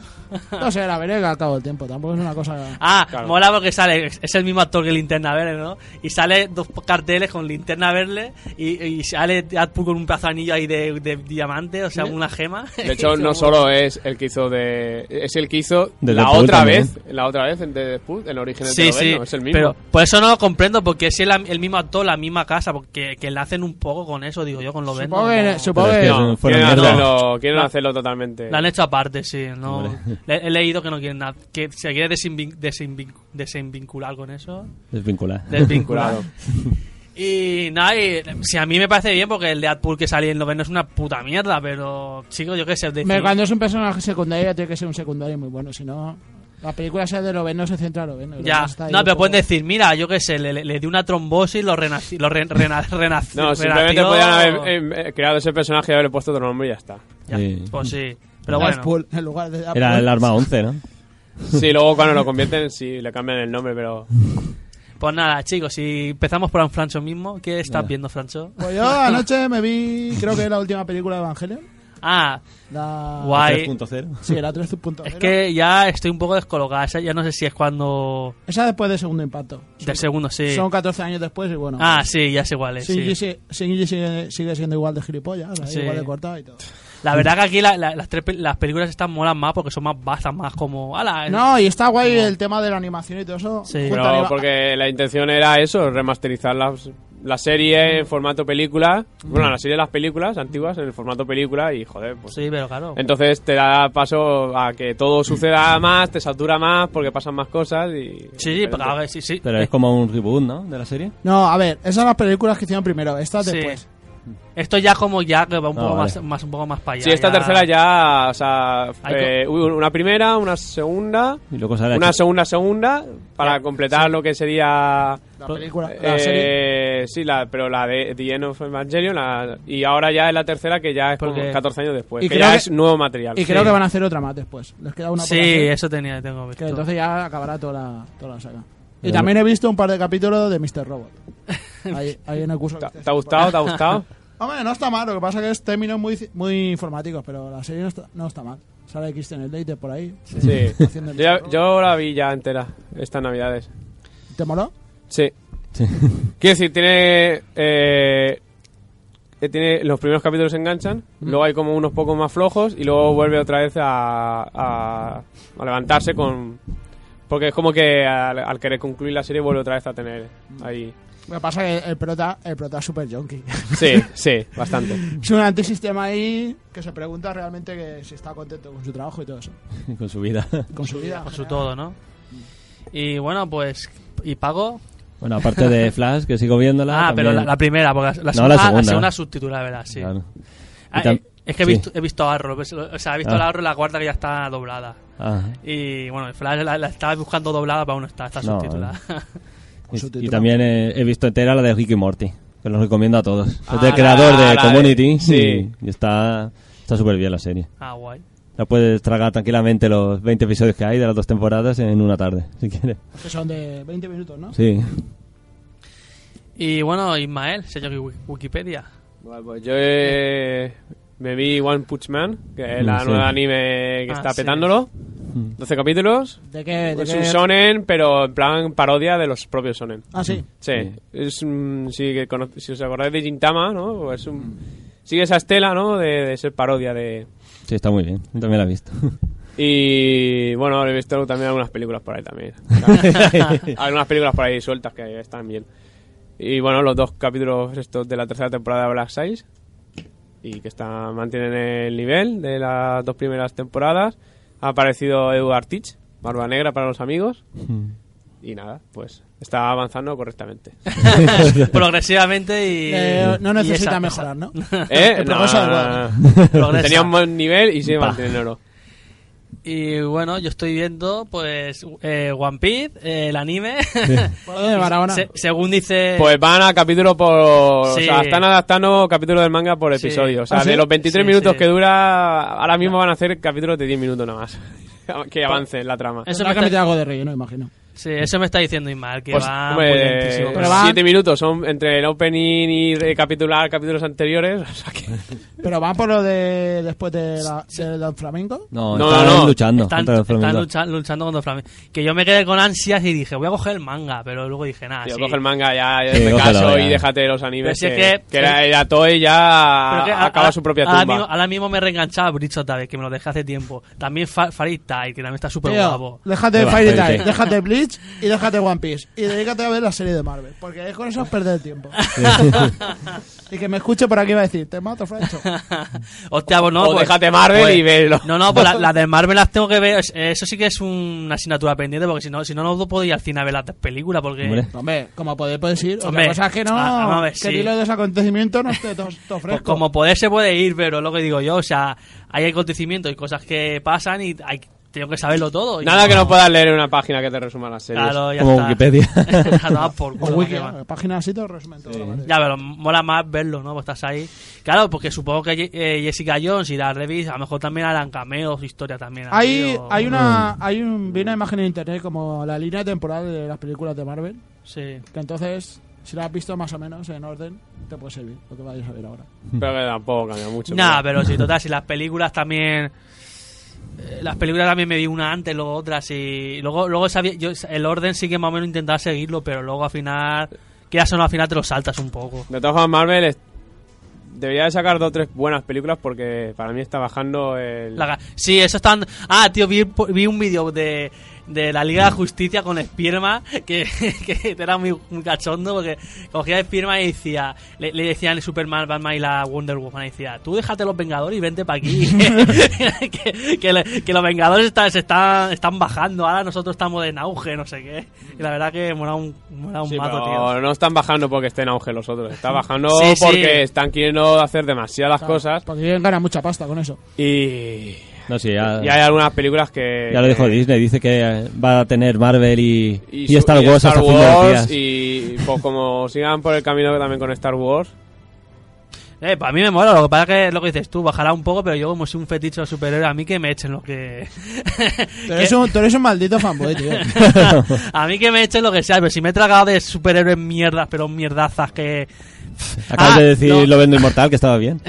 Speaker 5: No sé, la veré al cabo del tiempo, tampoco es una cosa...
Speaker 2: Ah,
Speaker 3: Claro.
Speaker 2: mola porque sale, es el mismo actor que Linterna Verde, ¿no? Y sale dos carteles con Linterna Verde y, y sale Deadpool con un pedazo de anillo ahí de, de diamante, o sea, una gema.
Speaker 3: De hecho, no solo es el que hizo de. Es el que hizo
Speaker 4: De
Speaker 3: la
Speaker 4: Deadpool
Speaker 3: otra
Speaker 4: también.
Speaker 3: vez. La otra vez en The Deadpool, en origen de
Speaker 2: Sí, sí,
Speaker 3: es el mismo.
Speaker 2: pero por eso no lo comprendo, porque si es la- el, mismo actor, la misma casa, porque que le hacen un poco con eso, digo yo, con lo vendo.
Speaker 5: Supongo que, supongo
Speaker 4: Pero es
Speaker 5: que-
Speaker 4: que-
Speaker 3: no,
Speaker 4: fueron
Speaker 3: quieren,
Speaker 4: mierda.
Speaker 3: hacerlo, quieren
Speaker 2: La-
Speaker 3: hacerlo totalmente.
Speaker 2: La han hecho aparte, sí. No, Le- he leído que no quieren nada, que se quiere desinvin- desinvin- desinvincular con eso.
Speaker 4: Desvincular.
Speaker 2: Desvinculado.
Speaker 3: Curado.
Speaker 2: Y nada, y, si a mí me parece bien porque el Deadpool que salía en noveno es una puta mierda, pero chicos, yo qué sé. decir-
Speaker 5: me- cuando es un personaje secundario tiene que ser un secundario muy bueno, si no... La película sea de noveno, se centra en noveno. y lo
Speaker 2: ya,
Speaker 5: demás está ahí
Speaker 2: no,
Speaker 5: un
Speaker 2: pero
Speaker 5: poco-
Speaker 2: pueden decir, mira, yo qué sé, le, le, le di una trombosis, lo renací, lo re, rena- renac-
Speaker 3: No, simplemente
Speaker 2: renació.
Speaker 3: podían haber eh, eh, creado ese personaje y haberle puesto otro nombre y ya está.
Speaker 2: Ya,
Speaker 4: Sí.
Speaker 2: Pues sí, pero bueno.
Speaker 5: Deadpool, en lugar de Deadpool.
Speaker 4: Era el arma 11, ¿no?
Speaker 3: Sí, luego cuando lo convierten, sí, le cambian el nombre, pero.
Speaker 2: Pues nada, chicos, si empezamos por Francho mismo, ¿qué estás viendo, Francho?
Speaker 5: Pues yo anoche me vi, creo que es la última película de Evangelion.
Speaker 2: Ah,
Speaker 5: La...
Speaker 2: Guay. Ay.
Speaker 4: 3.0.
Speaker 5: Sí, era 3.0.
Speaker 2: es que ya estoy un poco descolocada, esa ya no sé si es cuando...
Speaker 5: Esa después de Segundo Impacto.
Speaker 2: Del segundo, sí.
Speaker 5: Son 14 años después y bueno.
Speaker 2: Ah, sí, ya sé cuál es. sí.
Speaker 5: Shinji, si- Shinji sigue, sigue siendo igual de gilipollas, ahí,
Speaker 2: Sí.
Speaker 5: igual de cortado y todo.
Speaker 2: La verdad que aquí la- la- las, tres, pe- las películas están molan más porque son más bastas, más como... "Hala, eh".
Speaker 5: No, y está guay el tema de la animación y todo eso.
Speaker 2: Sí.
Speaker 5: Juntan
Speaker 3: pero
Speaker 5: iba-
Speaker 3: porque la intención era eso, remasterizarlas la serie en formato película, bueno, la serie de las películas antiguas en el formato película y joder, pues
Speaker 2: Sí, pero claro.
Speaker 3: entonces te da paso a que todo suceda más, te satura más porque pasan más cosas y
Speaker 2: Sí, sí, pero a ver, sí, sí.
Speaker 4: Pero es como un reboot, ¿no? De la serie.
Speaker 5: No, a ver, esas son las películas que hicieron primero, estas
Speaker 2: Sí.
Speaker 5: después.
Speaker 2: Esto ya como ya que va un
Speaker 4: Ah,
Speaker 2: poco
Speaker 4: vale.
Speaker 2: más, más un poco más para allá.
Speaker 3: Sí, esta
Speaker 2: ya-
Speaker 3: tercera ya, o sea,
Speaker 2: Hay
Speaker 3: eh, una primera, una segunda,
Speaker 4: Y luego sale
Speaker 3: una
Speaker 4: aquí.
Speaker 3: segunda, segunda, para completar lo que sería...
Speaker 5: La película,
Speaker 3: eh,
Speaker 5: la serie.
Speaker 3: sí, la, pero la de The End of Evangelion, la- y ahora ya es la tercera que ya es como
Speaker 2: Porque-
Speaker 3: 14 años después,
Speaker 5: Y
Speaker 3: que
Speaker 5: creo
Speaker 3: ya
Speaker 5: que-
Speaker 3: es nuevo material.
Speaker 5: Y
Speaker 3: Sí.
Speaker 5: creo que van a hacer otra más después. Les queda una por
Speaker 2: Sí,
Speaker 5: hacer,
Speaker 2: eso tenía, tengo visto.
Speaker 5: que entonces ya acabará toda la, toda la saga. Y
Speaker 4: Pero-
Speaker 5: también he visto un par de capítulos de Mr. Robot. Ahí, ahí en el curso.
Speaker 3: ¿Te
Speaker 5: que
Speaker 3: te ha gustado? ¿Te ha gustado?
Speaker 5: Hombre, no está mal, lo que pasa que es términos muy, muy informáticos, pero la serie no está, no está mal. Sale Christian el Date por ahí.
Speaker 3: Sí.
Speaker 5: Haciendo el
Speaker 3: Yo, ya-
Speaker 5: perro.
Speaker 3: yo la vi ya entera, estas navidades.
Speaker 5: ¿Te moló?
Speaker 3: Sí. Quiero decir, tiene. eh, eh, tiene los primeros capítulos se enganchan, luego hay como unos pocos más flojos y luego vuelve otra vez a, a- a levantarse con. Porque es como que al, al querer concluir la serie vuelve otra vez a tener ahí.
Speaker 5: Lo que pasa que el prota, el prota es super junkie.
Speaker 3: Sí, sí, bastante.
Speaker 5: es un antisistema ahí que se pregunta realmente que si está contento con su trabajo y todo eso.
Speaker 4: Con su vida.
Speaker 5: Con su vida.
Speaker 2: Con su todo, ¿no? Y bueno, pues. ¿Y pago?
Speaker 4: Bueno, aparte de Flash, que sigo viéndola.
Speaker 2: ah, pero la,
Speaker 4: también.
Speaker 2: la primera, porque la,
Speaker 4: No, la
Speaker 2: ah,
Speaker 4: segunda.
Speaker 2: segunda subtitular, ¿verdad? Sí.
Speaker 4: Claro.
Speaker 2: Ah,
Speaker 4: Y tam-
Speaker 2: eh, es que he
Speaker 4: sí.
Speaker 2: visto, he visto Arrow, pues, o sea, he visto
Speaker 4: Ah.
Speaker 2: la Arrow la cuarta que ya está doblada.
Speaker 4: Ah.
Speaker 2: Y bueno, el Flash la, la estaba buscando doblada, pero aún no está, está
Speaker 4: No, eh.
Speaker 2: subtitulada.
Speaker 4: Y-
Speaker 5: su
Speaker 4: Y,
Speaker 5: título.
Speaker 4: también eh, he visto entera la de Ricky Morty, que los recomiendo a todos.
Speaker 3: Ah,
Speaker 4: es del
Speaker 3: la-
Speaker 4: creador
Speaker 3: la
Speaker 4: de
Speaker 3: de-
Speaker 4: Community y-
Speaker 3: sí.
Speaker 4: y, está está súper bien la serie.
Speaker 2: ah, guay.
Speaker 4: La puedes tragar tranquilamente los 20 episodios que hay de las dos temporadas en una tarde, si quieres.
Speaker 5: Que son de 20 minutos, ¿no?
Speaker 4: Sí.
Speaker 2: Y bueno, Ismael, señor Wi- Wikipedia.
Speaker 3: Bueno, pues yo eh, me vi One Punch Man, que es
Speaker 4: Mm,
Speaker 3: la
Speaker 4: sí. Mm.
Speaker 3: nueva anime que
Speaker 2: Ah,
Speaker 3: está
Speaker 2: sí.
Speaker 3: petándolo. 12 capítulos.
Speaker 5: ¿De qué? De
Speaker 3: Es
Speaker 5: qué-
Speaker 3: un shonen, pero en plan parodia de los propios shonen.
Speaker 5: Ah, sí.
Speaker 3: Sí, es un- sí, que cono- si os acordáis de Gintama, ¿no? Pues es un- sigue esa estela, ¿no? De, de ser parodia de...
Speaker 4: Sí, está muy bien. Yo También la he visto.
Speaker 3: Y bueno, he visto también algunas películas por ahí también. algunas películas por ahí sueltas que están bien. Y bueno, los dos capítulos estos de la tercera temporada de Black Size y que están mantienen el nivel de las dos primeras temporadas. Ha aparecido Edward Teach, Barba Negra para los amigos. Y nada, pues está avanzando correctamente.
Speaker 2: Progresivamente y.
Speaker 5: Eh, no
Speaker 2: y
Speaker 5: necesita
Speaker 2: esa-
Speaker 5: mejorar, ¿no?
Speaker 3: ¿Eh?
Speaker 5: El progreso del
Speaker 2: Progresa.
Speaker 3: Tenía un buen nivel y se mantiene en oro.
Speaker 2: Y bueno, yo estoy viendo, pues, eh, One Piece, eh, el anime.
Speaker 5: ¿Por dónde, Barahona?
Speaker 2: Se- según dice.
Speaker 3: Pues van a capítulo por. O
Speaker 2: Eh. Sí.
Speaker 3: sea, están adaptando capítulos del manga por
Speaker 2: Sí.
Speaker 3: episodio. O sea,
Speaker 5: ¿Ah, sí?
Speaker 3: de los 23
Speaker 2: Sí,
Speaker 3: minutos
Speaker 2: sí.
Speaker 3: que dura, ahora mismo van a hacer capítulos de 10 minutos nada más. que avance la trama.
Speaker 2: eso
Speaker 5: Tendrá
Speaker 2: me
Speaker 5: que
Speaker 2: está-
Speaker 5: meter algo de relleno, imagino.
Speaker 2: Sí, eso me está diciendo Ismael, que
Speaker 3: Pues,
Speaker 2: va
Speaker 3: hombre,
Speaker 2: muy lentísimo.
Speaker 5: Pero va- van-
Speaker 3: 7 minutos son entre el opening y recapitular capítulos anteriores. O sea que.
Speaker 5: ¿Pero van por lo de después de la, de los flamencos?
Speaker 4: No,
Speaker 3: No,
Speaker 4: están
Speaker 3: no, no.
Speaker 4: luchando
Speaker 2: están,
Speaker 4: contra el
Speaker 2: están
Speaker 4: Flamengo.
Speaker 2: lucha- luchando contra el Flamengo. Que yo me quedé con ansias y dije, voy a coger el manga, pero luego dije, nada,
Speaker 3: Tío,
Speaker 2: Ah, sí.
Speaker 3: coge el manga ya, ya
Speaker 4: Sí,
Speaker 3: hazme
Speaker 4: cógelo
Speaker 3: caso
Speaker 4: ya.
Speaker 3: y déjate de los animes.
Speaker 2: Pero si
Speaker 3: que,
Speaker 2: es que-
Speaker 3: que era, era Toei ya
Speaker 2: Pero que a-
Speaker 3: acaba
Speaker 2: a-
Speaker 3: su propia
Speaker 2: ahora
Speaker 3: tumba.
Speaker 2: mismo- ahora mismo me reenganchaba a Bridge of Tales, que me lo dejé hace tiempo. También Fa- Fairy Tail, que también está súper
Speaker 5: Tío,
Speaker 2: guapo.
Speaker 5: déjate
Speaker 4: Qué
Speaker 5: Fairy
Speaker 4: bastante.
Speaker 5: Tail, déjate Bleach y déjate One Piece. Y dedícate a ver la serie de Marvel, porque con eso es perder tiempo. y que me escuche por aquí va a decir, te mato, Francho.
Speaker 2: Hostia, pues no.
Speaker 3: O
Speaker 2: pues-
Speaker 3: déjate Marvel y velo.
Speaker 2: No, no, pues la- las de Marvel las tengo que ver. Es- Eso sí que es una asignatura pendiente, porque si no, si no, no puedo ir al cine a ver las películas, porque. pues
Speaker 4: Hombre.
Speaker 5: Hombre, como podéis decir,
Speaker 2: Hombre,
Speaker 5: otra cosa es que no,
Speaker 2: ah, vamos a ver,
Speaker 5: que
Speaker 2: sí.
Speaker 5: el hilo de los acontecimientos no esté todo, todo
Speaker 2: Pues
Speaker 5: fresco.
Speaker 2: como poder se puede ir, pero es lo que digo yo, o sea, hay acontecimientos y cosas que pasan y hay, tengo que saberlo todo. y-
Speaker 3: Nada que no puedas leer en una página que te resuma la serie.
Speaker 2: Claro, ya
Speaker 4: Como
Speaker 2: está.
Speaker 4: Wikipedia.
Speaker 2: A tomar por
Speaker 5: o
Speaker 2: culo,
Speaker 5: Wiki,
Speaker 2: ¿qué más?
Speaker 5: ¿no? Pues página así todo resumen todo. ¿vale?
Speaker 2: Ya, pero mola más verlo, ¿no? Pues estás ahí. Claro, porque supongo que Ye- eh, Jessica Jones y la Revis a lo mejor también harán cameos, historia también. ahí,
Speaker 5: Hay,
Speaker 2: o-
Speaker 5: hay
Speaker 2: Mm.
Speaker 5: una hay un, vi una imagen en internet como la línea temporal de las películas de Marvel,
Speaker 2: Sí.
Speaker 5: que entonces, si la has visto más o menos en orden, te puede servir lo que vayas a ver ahora.
Speaker 3: Pero que tampoco cambia mucho.
Speaker 2: Nada, pero sí, total, si las películas también. eh, Las películas también me vi una antes, luego otras y luego luego sabía, yo el orden sí que más o menos intentaba seguirlo, pero luego al final, quieras o no, al final te lo saltas un poco.
Speaker 3: De todas formas, Marvel es- debería de sacar dos o tres buenas películas porque para mí está bajando el...
Speaker 2: La ga- sí, eso están. Ah, tío, vi, vi un vídeo de, de la Liga de la Justicia con Spiderman, que, que era muy, muy cachondo, porque cogía a Spiderman y decía, le, le decían Superman, Batman y la Wonder Woman, y decía, tú déjate los Vengadores y vente para aquí, que, que, le- que los Vengadores está- se están, están bajando, ahora nosotros estamos en auge, no sé qué. Y la verdad que mola un, mola un
Speaker 3: Sí,
Speaker 2: mazo,
Speaker 3: pero
Speaker 2: tío.
Speaker 3: no están bajando porque estén auge los otros, están bajando
Speaker 2: Sí, sí.
Speaker 3: porque están queriendo hacer demasiadas cosas
Speaker 5: Porque quieren ganar mucha pasta con eso.
Speaker 3: y,
Speaker 4: No, sí, ya,
Speaker 3: y hay algunas películas que...
Speaker 4: ya lo dijo Disney. Dice que eh, va a tener Marvel y, y
Speaker 3: su-
Speaker 4: Star Wars hasta fin de los
Speaker 3: Wars
Speaker 4: días.
Speaker 3: y pues como sigan por el camino que también con Star Wars,
Speaker 2: Eh, para mí me mola, lo que pasa es que lo que dices tú, bajará un poco, pero yo como soy un feticho de superhéroe, a mí que me echen lo que...
Speaker 5: Tú eres, un, tú eres un maldito fanboy, tío.
Speaker 2: a mí que me echen lo que sea, pero si me he tragado de superhéroes mierdas, pero mierdazas que...
Speaker 4: Acabas
Speaker 2: Ah,
Speaker 4: de decir
Speaker 2: no.
Speaker 4: lo vendo inmortal, que estaba bien.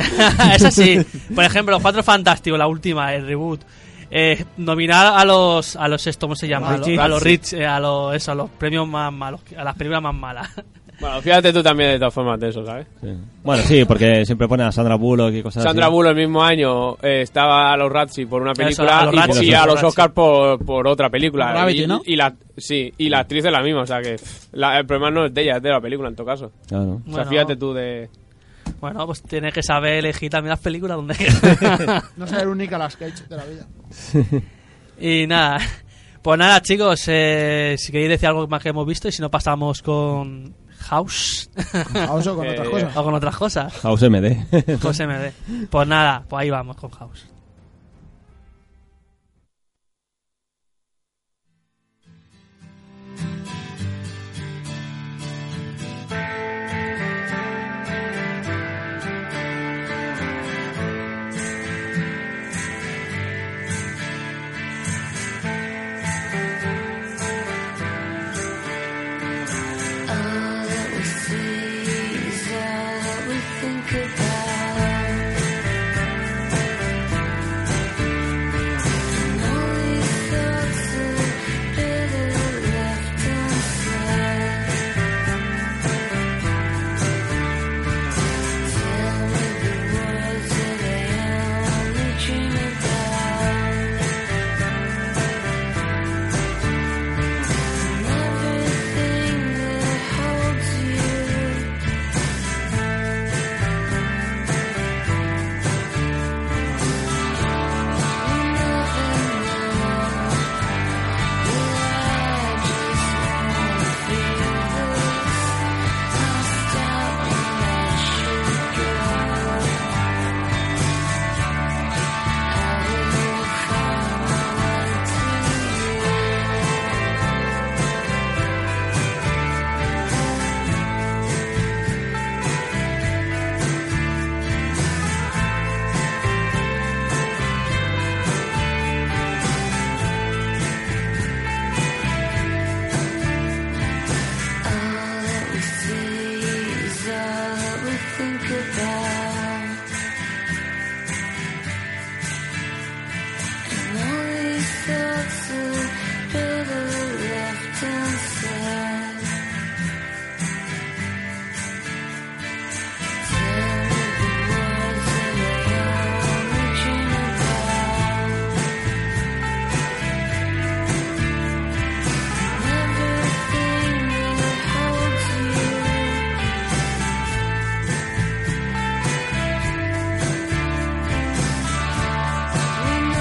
Speaker 2: Esa sí. Por ejemplo, Los Cuatro Fantásticos, la última, el reboot. Eh, nominar a los a los esto, ¿cómo se llama? A los, a los Rich, eh, a los eso, a los premios más malos, a las películas más malas.
Speaker 3: bueno, fíjate tú también de todas formas de eso, ¿sabes?
Speaker 4: Sí. Bueno, sí, porque siempre ponen a Sandra Bullock y cosas
Speaker 3: Sandra
Speaker 4: así.
Speaker 3: Bullock el mismo año eh, estaba a los Razzie por una película
Speaker 2: a los
Speaker 3: y-
Speaker 2: Razzie,
Speaker 3: y,
Speaker 2: a
Speaker 3: a
Speaker 2: los
Speaker 3: los
Speaker 2: Razzie.
Speaker 3: Oscar por, por otra película.
Speaker 5: Gravity,
Speaker 3: y,
Speaker 5: ¿no?
Speaker 3: y la, sí, y la actriz es la misma, o sea que pff, la- el problema no es de ella, es de la película en todo caso.
Speaker 4: Claro.
Speaker 3: O sea,
Speaker 2: Bueno.
Speaker 3: fíjate tú de...
Speaker 2: Bueno, pues tienes que saber elegir también las películas donde...
Speaker 5: No ser única las Cage de la vida.
Speaker 2: y nada. Pues nada, chicos, eh, si queréis decir algo más que hemos visto y si no pasamos con House
Speaker 5: A oso con
Speaker 3: Eh,
Speaker 5: otras
Speaker 3: eh.
Speaker 5: cosas.
Speaker 2: o con otras cosas.
Speaker 4: House MD.
Speaker 2: José MD. Pues nada, pues ahí vamos con House. Pues aquí ha sonado la canción de,
Speaker 3: 170 y algo.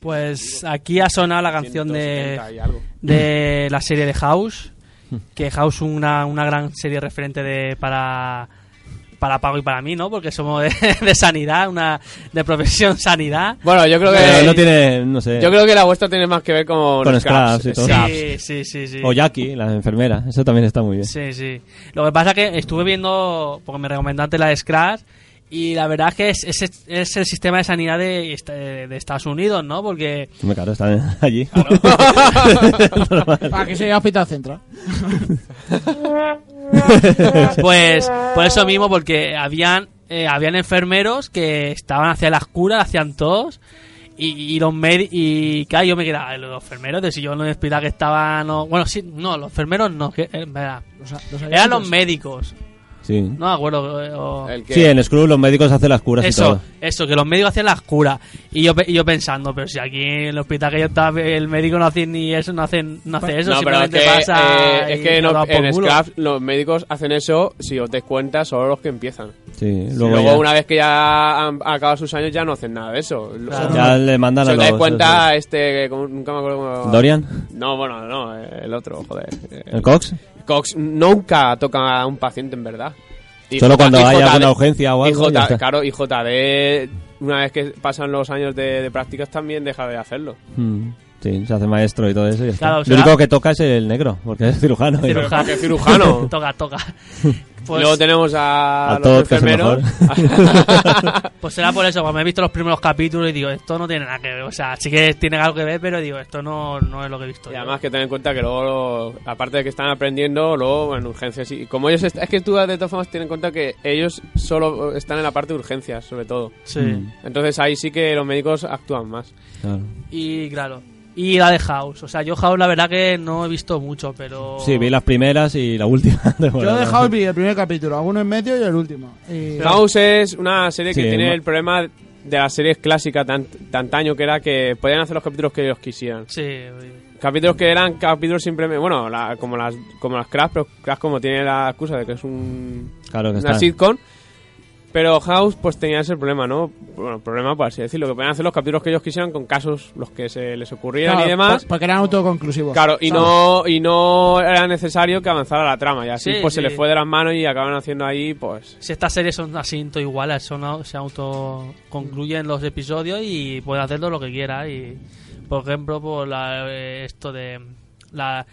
Speaker 2: Pues de la serie de House. que House una, una gran serie referente de para para Pago y para mí, ¿no? Porque somos de, de sanidad, una de profesión sanidad.
Speaker 3: Bueno, yo creo
Speaker 4: Pero
Speaker 3: que.
Speaker 4: no tiene, no sé.
Speaker 3: Yo creo que la vuestra tiene más que ver con.
Speaker 4: Con
Speaker 3: los
Speaker 4: scraps y todo.
Speaker 3: scraps.
Speaker 2: Sí, sí, sí, sí.
Speaker 4: O Jackie, la enfermera. Eso también está muy bien.
Speaker 2: Sí, sí. Lo que pasa es que estuve viendo, porque me recomendaste la de Scratch, y la verdad es que es, es- es el sistema de sanidad de, est- de Estados Unidos, ¿no? Porque
Speaker 4: Me caro, están allí.
Speaker 5: Ah, que sería hospital central.
Speaker 2: Pues por eso mismo, porque habían, eh, habían enfermeros que estaban hacia las curas, hacían todos. Y, y los médicos, y claro, yo me quedaba, los enfermeros de si yo en el hospital que estaban, no- bueno, sí, no, los enfermeros no, que, eh, verdad,
Speaker 5: Los, los
Speaker 2: eran los
Speaker 5: ayudantes.
Speaker 2: médicos,
Speaker 4: Sí.
Speaker 2: no me acuerdo, eh, o-
Speaker 3: El que-
Speaker 4: Sí, en Scrooge los médicos hacen las curas y
Speaker 2: eso,
Speaker 4: todo.
Speaker 2: eso, que los médicos hacían las curas. Y yo, pe- y yo pensando, pero si aquí en el hospital que yo estaba, el médico no hace ni eso, no hace, no hace eso,
Speaker 3: no, pero es
Speaker 2: simplemente
Speaker 3: que,
Speaker 2: pasa.
Speaker 3: eh, es
Speaker 2: y
Speaker 3: que no-
Speaker 2: lo da por
Speaker 3: en
Speaker 2: culo.
Speaker 3: Scraps los médicos hacen eso, si os des cuenta, solo los que empiezan.
Speaker 4: Sí,
Speaker 3: Luego,
Speaker 4: luego, ya,
Speaker 3: una vez que ya han acabado sus años, ya no hacen nada de eso.
Speaker 2: Claro.
Speaker 4: ya le mandan
Speaker 3: Si
Speaker 4: a
Speaker 3: os
Speaker 4: los...
Speaker 3: dais cuenta, este. como- Nunca me acuerdo cómo.
Speaker 4: ¿Dorian?
Speaker 3: No, bueno, no, eh, el otro, joder. Eh,
Speaker 4: ¿El Cox?
Speaker 3: Cox nunca toca a un paciente en verdad. Y
Speaker 4: Solo
Speaker 3: J-
Speaker 4: cuando
Speaker 3: y
Speaker 4: hay
Speaker 3: JD
Speaker 4: alguna urgencia o
Speaker 3: y
Speaker 4: algo,
Speaker 3: J-
Speaker 4: ya está.
Speaker 3: claro, y JD, una vez que pasan los años de, de prácticas, también deja de hacerlo.
Speaker 4: Mm, Sí, se hace maestro y todo eso. y ya está.
Speaker 2: Claro, o sea-
Speaker 4: Lo único que toca es el negro, porque es cirujano. y-
Speaker 2: Cirujano.
Speaker 3: Pero, ¿qué cirujano?
Speaker 2: toca, toca.
Speaker 3: Y Luego tenemos a,
Speaker 4: A
Speaker 3: los
Speaker 4: Todd, que es el
Speaker 3: enfermeros.
Speaker 2: Pues será por eso, cuando me he visto los primeros capítulos y digo, esto no tiene nada que ver. O sea, sí que tiene algo que ver, pero digo, esto no, no es lo que he visto.
Speaker 3: y
Speaker 2: yo.
Speaker 3: además que ten en cuenta que luego, lo- aparte de que están aprendiendo, luego en urgencias. Y como ellos, est- es que tú de todas formas ten en cuenta que ellos solo están en la parte de urgencias, sobre todo.
Speaker 2: Sí.
Speaker 4: Mm.
Speaker 3: Entonces ahí sí que los médicos actúan más.
Speaker 4: Claro.
Speaker 2: Y claro. Y la de House. O sea, yo House la verdad que no he visto mucho, pero...
Speaker 4: Sí, vi las primeras y la última.
Speaker 5: Yo
Speaker 4: temporada.
Speaker 5: he dejado el, el primer capítulo, alguno en medio y el último. Y-
Speaker 3: House es una serie que
Speaker 4: Sí,
Speaker 3: tiene
Speaker 4: ma-
Speaker 3: el problema de las series clásicas tan, tan antaño que era que podían hacer los capítulos que ellos quisieran.
Speaker 2: Sí.
Speaker 3: Capítulos que eran capítulos simplemente, bueno, la- como las como las Crash, pero Crash como tiene la excusa de que es un
Speaker 4: Claro que
Speaker 3: una
Speaker 4: está.
Speaker 3: sitcom. Pero House pues tenía ese problema, ¿no? Bueno, problema por así decirlo, que podían hacer los capítulos que ellos quisieran con casos los que se les ocurrieran
Speaker 5: claro,
Speaker 3: y demás.
Speaker 5: por- Porque eran autoconclusivos.
Speaker 3: Claro, y
Speaker 5: ¿sabes?
Speaker 3: no, y no era necesario que avanzara la trama, y así
Speaker 2: Sí,
Speaker 3: pues se
Speaker 2: sí.
Speaker 3: les fue de las manos y acaban haciendo ahí pues
Speaker 2: Si estas series son así todo iguales, son, au- se autoconcluyen los episodios y puedes hacerlo lo que quieras. Y, por ejemplo, por la, eh, esto de... La,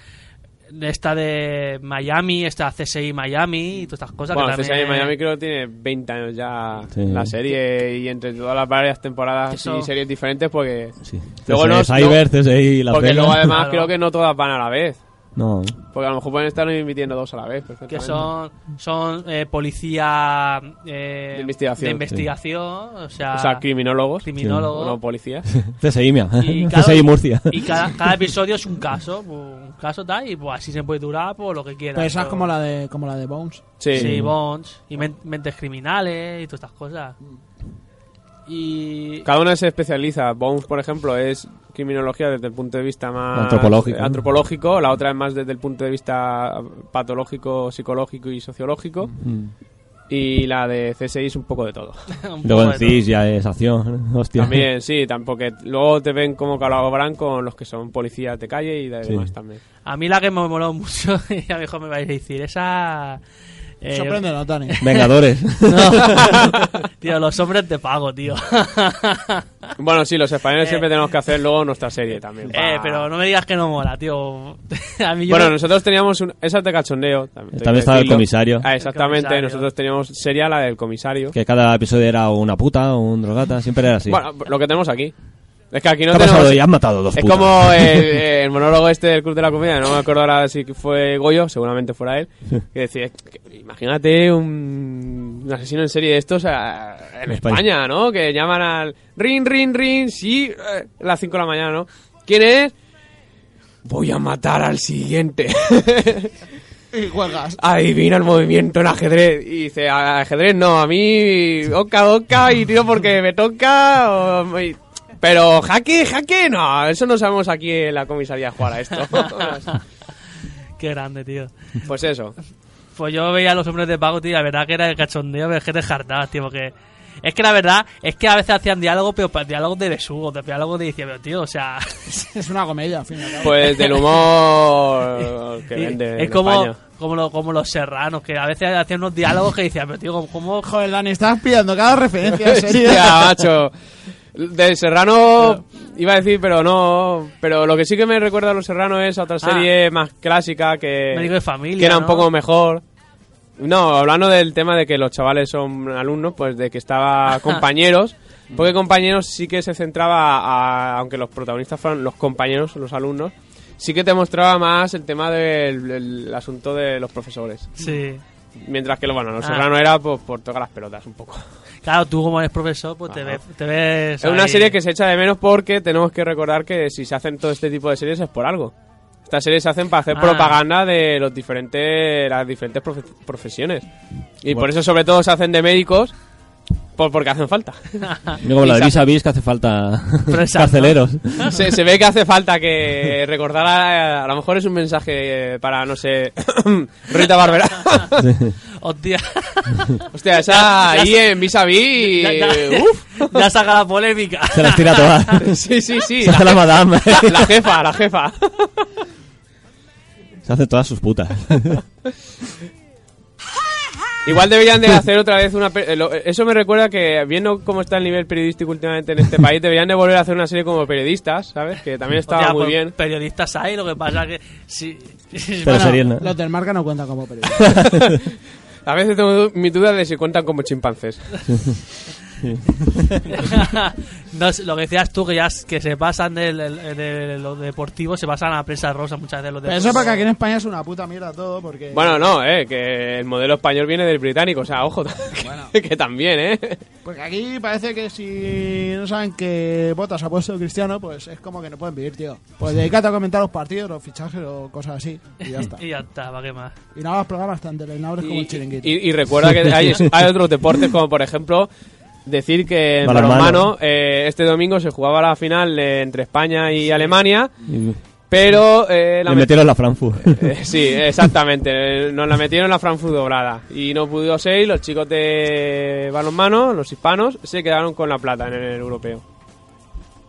Speaker 2: esta de Miami, esta CSI Miami y todas estas cosas
Speaker 3: Bueno,
Speaker 2: que
Speaker 3: CSI
Speaker 2: también...
Speaker 3: Miami creo que tiene 20 años ya
Speaker 4: Sí.
Speaker 3: la serie y entre todas las varias temporadas
Speaker 2: Eso.
Speaker 3: y series diferentes porque
Speaker 4: Sí.
Speaker 3: Luego
Speaker 4: CSI,
Speaker 3: no-
Speaker 4: Cyber, CSI, la
Speaker 3: porque
Speaker 4: Vega.
Speaker 3: luego además
Speaker 2: Claro.
Speaker 3: creo que no todas van a la vez.
Speaker 4: No,
Speaker 3: Porque a lo mejor pueden estar emitiendo dos a la vez. perfectamente.
Speaker 2: que son son eh, policía eh,
Speaker 3: De investigación.
Speaker 2: de investigación, o sea,
Speaker 3: O sea, criminólogos.
Speaker 2: criminólogo.
Speaker 3: No policías.
Speaker 4: CSI, mía.
Speaker 2: Y cada-
Speaker 4: CSI Murcia.
Speaker 2: y cada, cada episodio es un caso, pues, un caso tal, y pues así se puede durar por lo que quieras.
Speaker 5: Pero Pues esa es
Speaker 2: Pero-
Speaker 5: como la de, como la de Bones.
Speaker 3: Sí.
Speaker 2: Sí, Bonds, y men- mentes criminales, y todas estas cosas. Y...
Speaker 3: Cada una se especializa. Bones, por ejemplo, es criminología desde el punto de vista más
Speaker 4: Antropológico.
Speaker 3: antropológico. La otra es más desde el punto de vista patológico, psicológico y sociológico.
Speaker 4: Mm.
Speaker 3: Y la de CSI es un poco de todo.
Speaker 2: un poco
Speaker 4: Luego en
Speaker 2: de
Speaker 4: CIS ya es acción. Hostia.
Speaker 3: También, sí, tampoco. Luego te ven como colaboran con los que son policías de calle y de
Speaker 4: Sí.
Speaker 3: demás también.
Speaker 2: todo. A mí la que me moló mucho, y a lo mejor me vais a decir, esa... eh,
Speaker 5: Sorpréndenos, Dani.
Speaker 4: Vengadores.
Speaker 2: tío, los hombres de pago, tío.
Speaker 3: Bueno, sí, los españoles
Speaker 2: Eh.
Speaker 3: siempre tenemos que hacer luego nuestra serie también.
Speaker 2: Eh,
Speaker 3: pa-
Speaker 2: pero no me digas que no mola, tío. A mí yo
Speaker 3: Bueno,
Speaker 2: no-
Speaker 3: nosotros teníamos un... esa es de cachondeo. También,
Speaker 4: También estaba el
Speaker 3: decirlo.
Speaker 4: comisario.
Speaker 3: Ah, exactamente,
Speaker 2: El comisario.
Speaker 3: nosotros teníamos sería la del comisario.
Speaker 4: que cada episodio era una puta, un drogata, siempre era así.
Speaker 3: Bueno, lo que tenemos aquí. Es que aquí
Speaker 4: ¿Qué
Speaker 3: no
Speaker 4: ha
Speaker 3: tenemos...
Speaker 4: pasado? Y han matado dos
Speaker 3: Es
Speaker 4: putas.
Speaker 3: como el, el monólogo este del Club de la Comedia, no me acuerdo ahora si fue Goyo, seguramente fuera él, que decía, "Es que imagínate un, un asesino en serie de estos a- en
Speaker 4: En
Speaker 3: España,
Speaker 4: España.
Speaker 3: ¿no? Que llaman al rin, rin, rin, sí, eh, a las 5 de la mañana, ¿no? ¿Quién es? Voy a matar al siguiente.
Speaker 5: y juegas.
Speaker 3: Adivina el movimiento en ajedrez. Y dice, "A- ajedrez no, a mí, oca, oca, y tiro porque me toca. o- y- pero jaque, jaque, no, eso no sabemos aquí en la comisaría jugar a esto.
Speaker 2: Qué grande, tío.
Speaker 3: pues eso.
Speaker 2: Pues yo veía a los hombres de pago, tío, y la verdad que era el cachondeo, pero es que te jartabas, tío, porque Es que la verdad es que a veces hacían diálogos, pero pa- diálogos de besugo, de diálogos de dice, pero tío, o sea.
Speaker 5: Es una comedia, al fin y al cabo.
Speaker 3: Pues del humor que
Speaker 2: y-
Speaker 3: vende.
Speaker 2: es
Speaker 3: en
Speaker 2: como,
Speaker 3: España.
Speaker 2: como, lo- como los serranos, que a veces hacían unos diálogos que decían, pero tío, ¿cómo- ¿cómo
Speaker 5: Joder, Dani, estás pillando cada referencia, en serio.
Speaker 3: Hostia, macho. Del
Speaker 2: Ah.
Speaker 3: Serrano iba a decir, pero no. Pero lo que sí que me recuerda a los Serranos es a otra serie más clásica que.
Speaker 2: Médico Ah. de familia,
Speaker 3: Que era un
Speaker 2: ¿no?
Speaker 3: poco mejor. No, hablando del tema de que los chavales son alumnos, pues de que estaba compañeros. Porque compañeros sí que se centraba, a- aunque los protagonistas fueran los compañeros, los alumnos, sí que te mostraba más el tema del el asunto de los profesores.
Speaker 2: Sí.
Speaker 3: Mientras que, bueno, los
Speaker 2: Ah.
Speaker 3: Serrano era pues, por tocar las pelotas un poco.
Speaker 2: Claro, tú como eres profesor, pues te ves, te ves.
Speaker 3: Es una
Speaker 2: ahí.
Speaker 3: serie que se echa de menos porque tenemos que recordar que si se hacen todo este tipo de series es por algo. Estas series se hacen para hacer
Speaker 2: Ah.
Speaker 3: propaganda de los diferentes, las diferentes profe- profesiones. Y por eso sobre todo se hacen de médicos por, porque hacen falta.
Speaker 4: Luego la de
Speaker 3: Isa-
Speaker 4: vis a vis que hace falta
Speaker 2: Presas, ¿no?
Speaker 4: carceleros.
Speaker 3: se, se ve que hace falta que recordar, a, a lo mejor es un mensaje eh, para, no sé, Rita Barberá.
Speaker 2: Hostia.
Speaker 3: Hostia,
Speaker 2: Ya-
Speaker 3: esa
Speaker 2: ya-
Speaker 3: ahí en vis a vis...
Speaker 2: ya, ya-
Speaker 3: uf.
Speaker 2: ya saca la polémica.
Speaker 4: Se las tira todas.
Speaker 3: Sí, sí, sí.
Speaker 4: Se hace la madame.
Speaker 3: la- la jefa, la jefa.
Speaker 4: Se hace todas sus putas.
Speaker 3: Igual deberían de hacer otra vez una... pe- eh, lo- eh, Eso me recuerda que, viendo cómo está el nivel periodístico últimamente en este país, deberían de volver a hacer una serie como periodistas, ¿sabes? Que también estaba
Speaker 2: Hostia,
Speaker 3: muy
Speaker 2: pues,
Speaker 3: bien.
Speaker 2: Periodistas hay, lo que pasa que. Sí.
Speaker 4: Pero sería, ¿no?
Speaker 5: Los del marca no cuentan como periodistas.
Speaker 3: A veces tengo du- mi duda de si cuentan como chimpancés.
Speaker 2: No sé, lo que decías tú, que ya s- que se pasan del- del- de lo deportivo, se pasan a la prensa rosa muchas veces. Los
Speaker 5: Pero eso porque aquí en España es una puta mierda todo, porque...
Speaker 3: Bueno, no, eh, que el modelo español viene del británico, o sea, ojo, que, que también, eh.
Speaker 5: Porque aquí parece que si no saben que Botas ha puesto cristiano, pues es como que no pueden vivir, tío. Pues dedícate a comentar los partidos, los fichajes o cosas así. Y ya está.
Speaker 2: Y ya está, ¿para qué más?
Speaker 5: Y no hagas programas tan delenables como
Speaker 3: Y,
Speaker 5: el chiringuito.
Speaker 3: y- y recuerda que hay, hay otros deportes, como por ejemplo, decir que en
Speaker 4: Balonmano.
Speaker 3: balonmano eh, este domingo se jugaba la final eh, entre España y Alemania, pero... Eh,
Speaker 4: Le metieron la Frankfurt.
Speaker 3: Eh, sí, exactamente. Eh, Nos la metieron en la Frankfurt doblada. Y no pudo ser. y los chicos de balonmano, los hispanos, se quedaron con la plata en el europeo.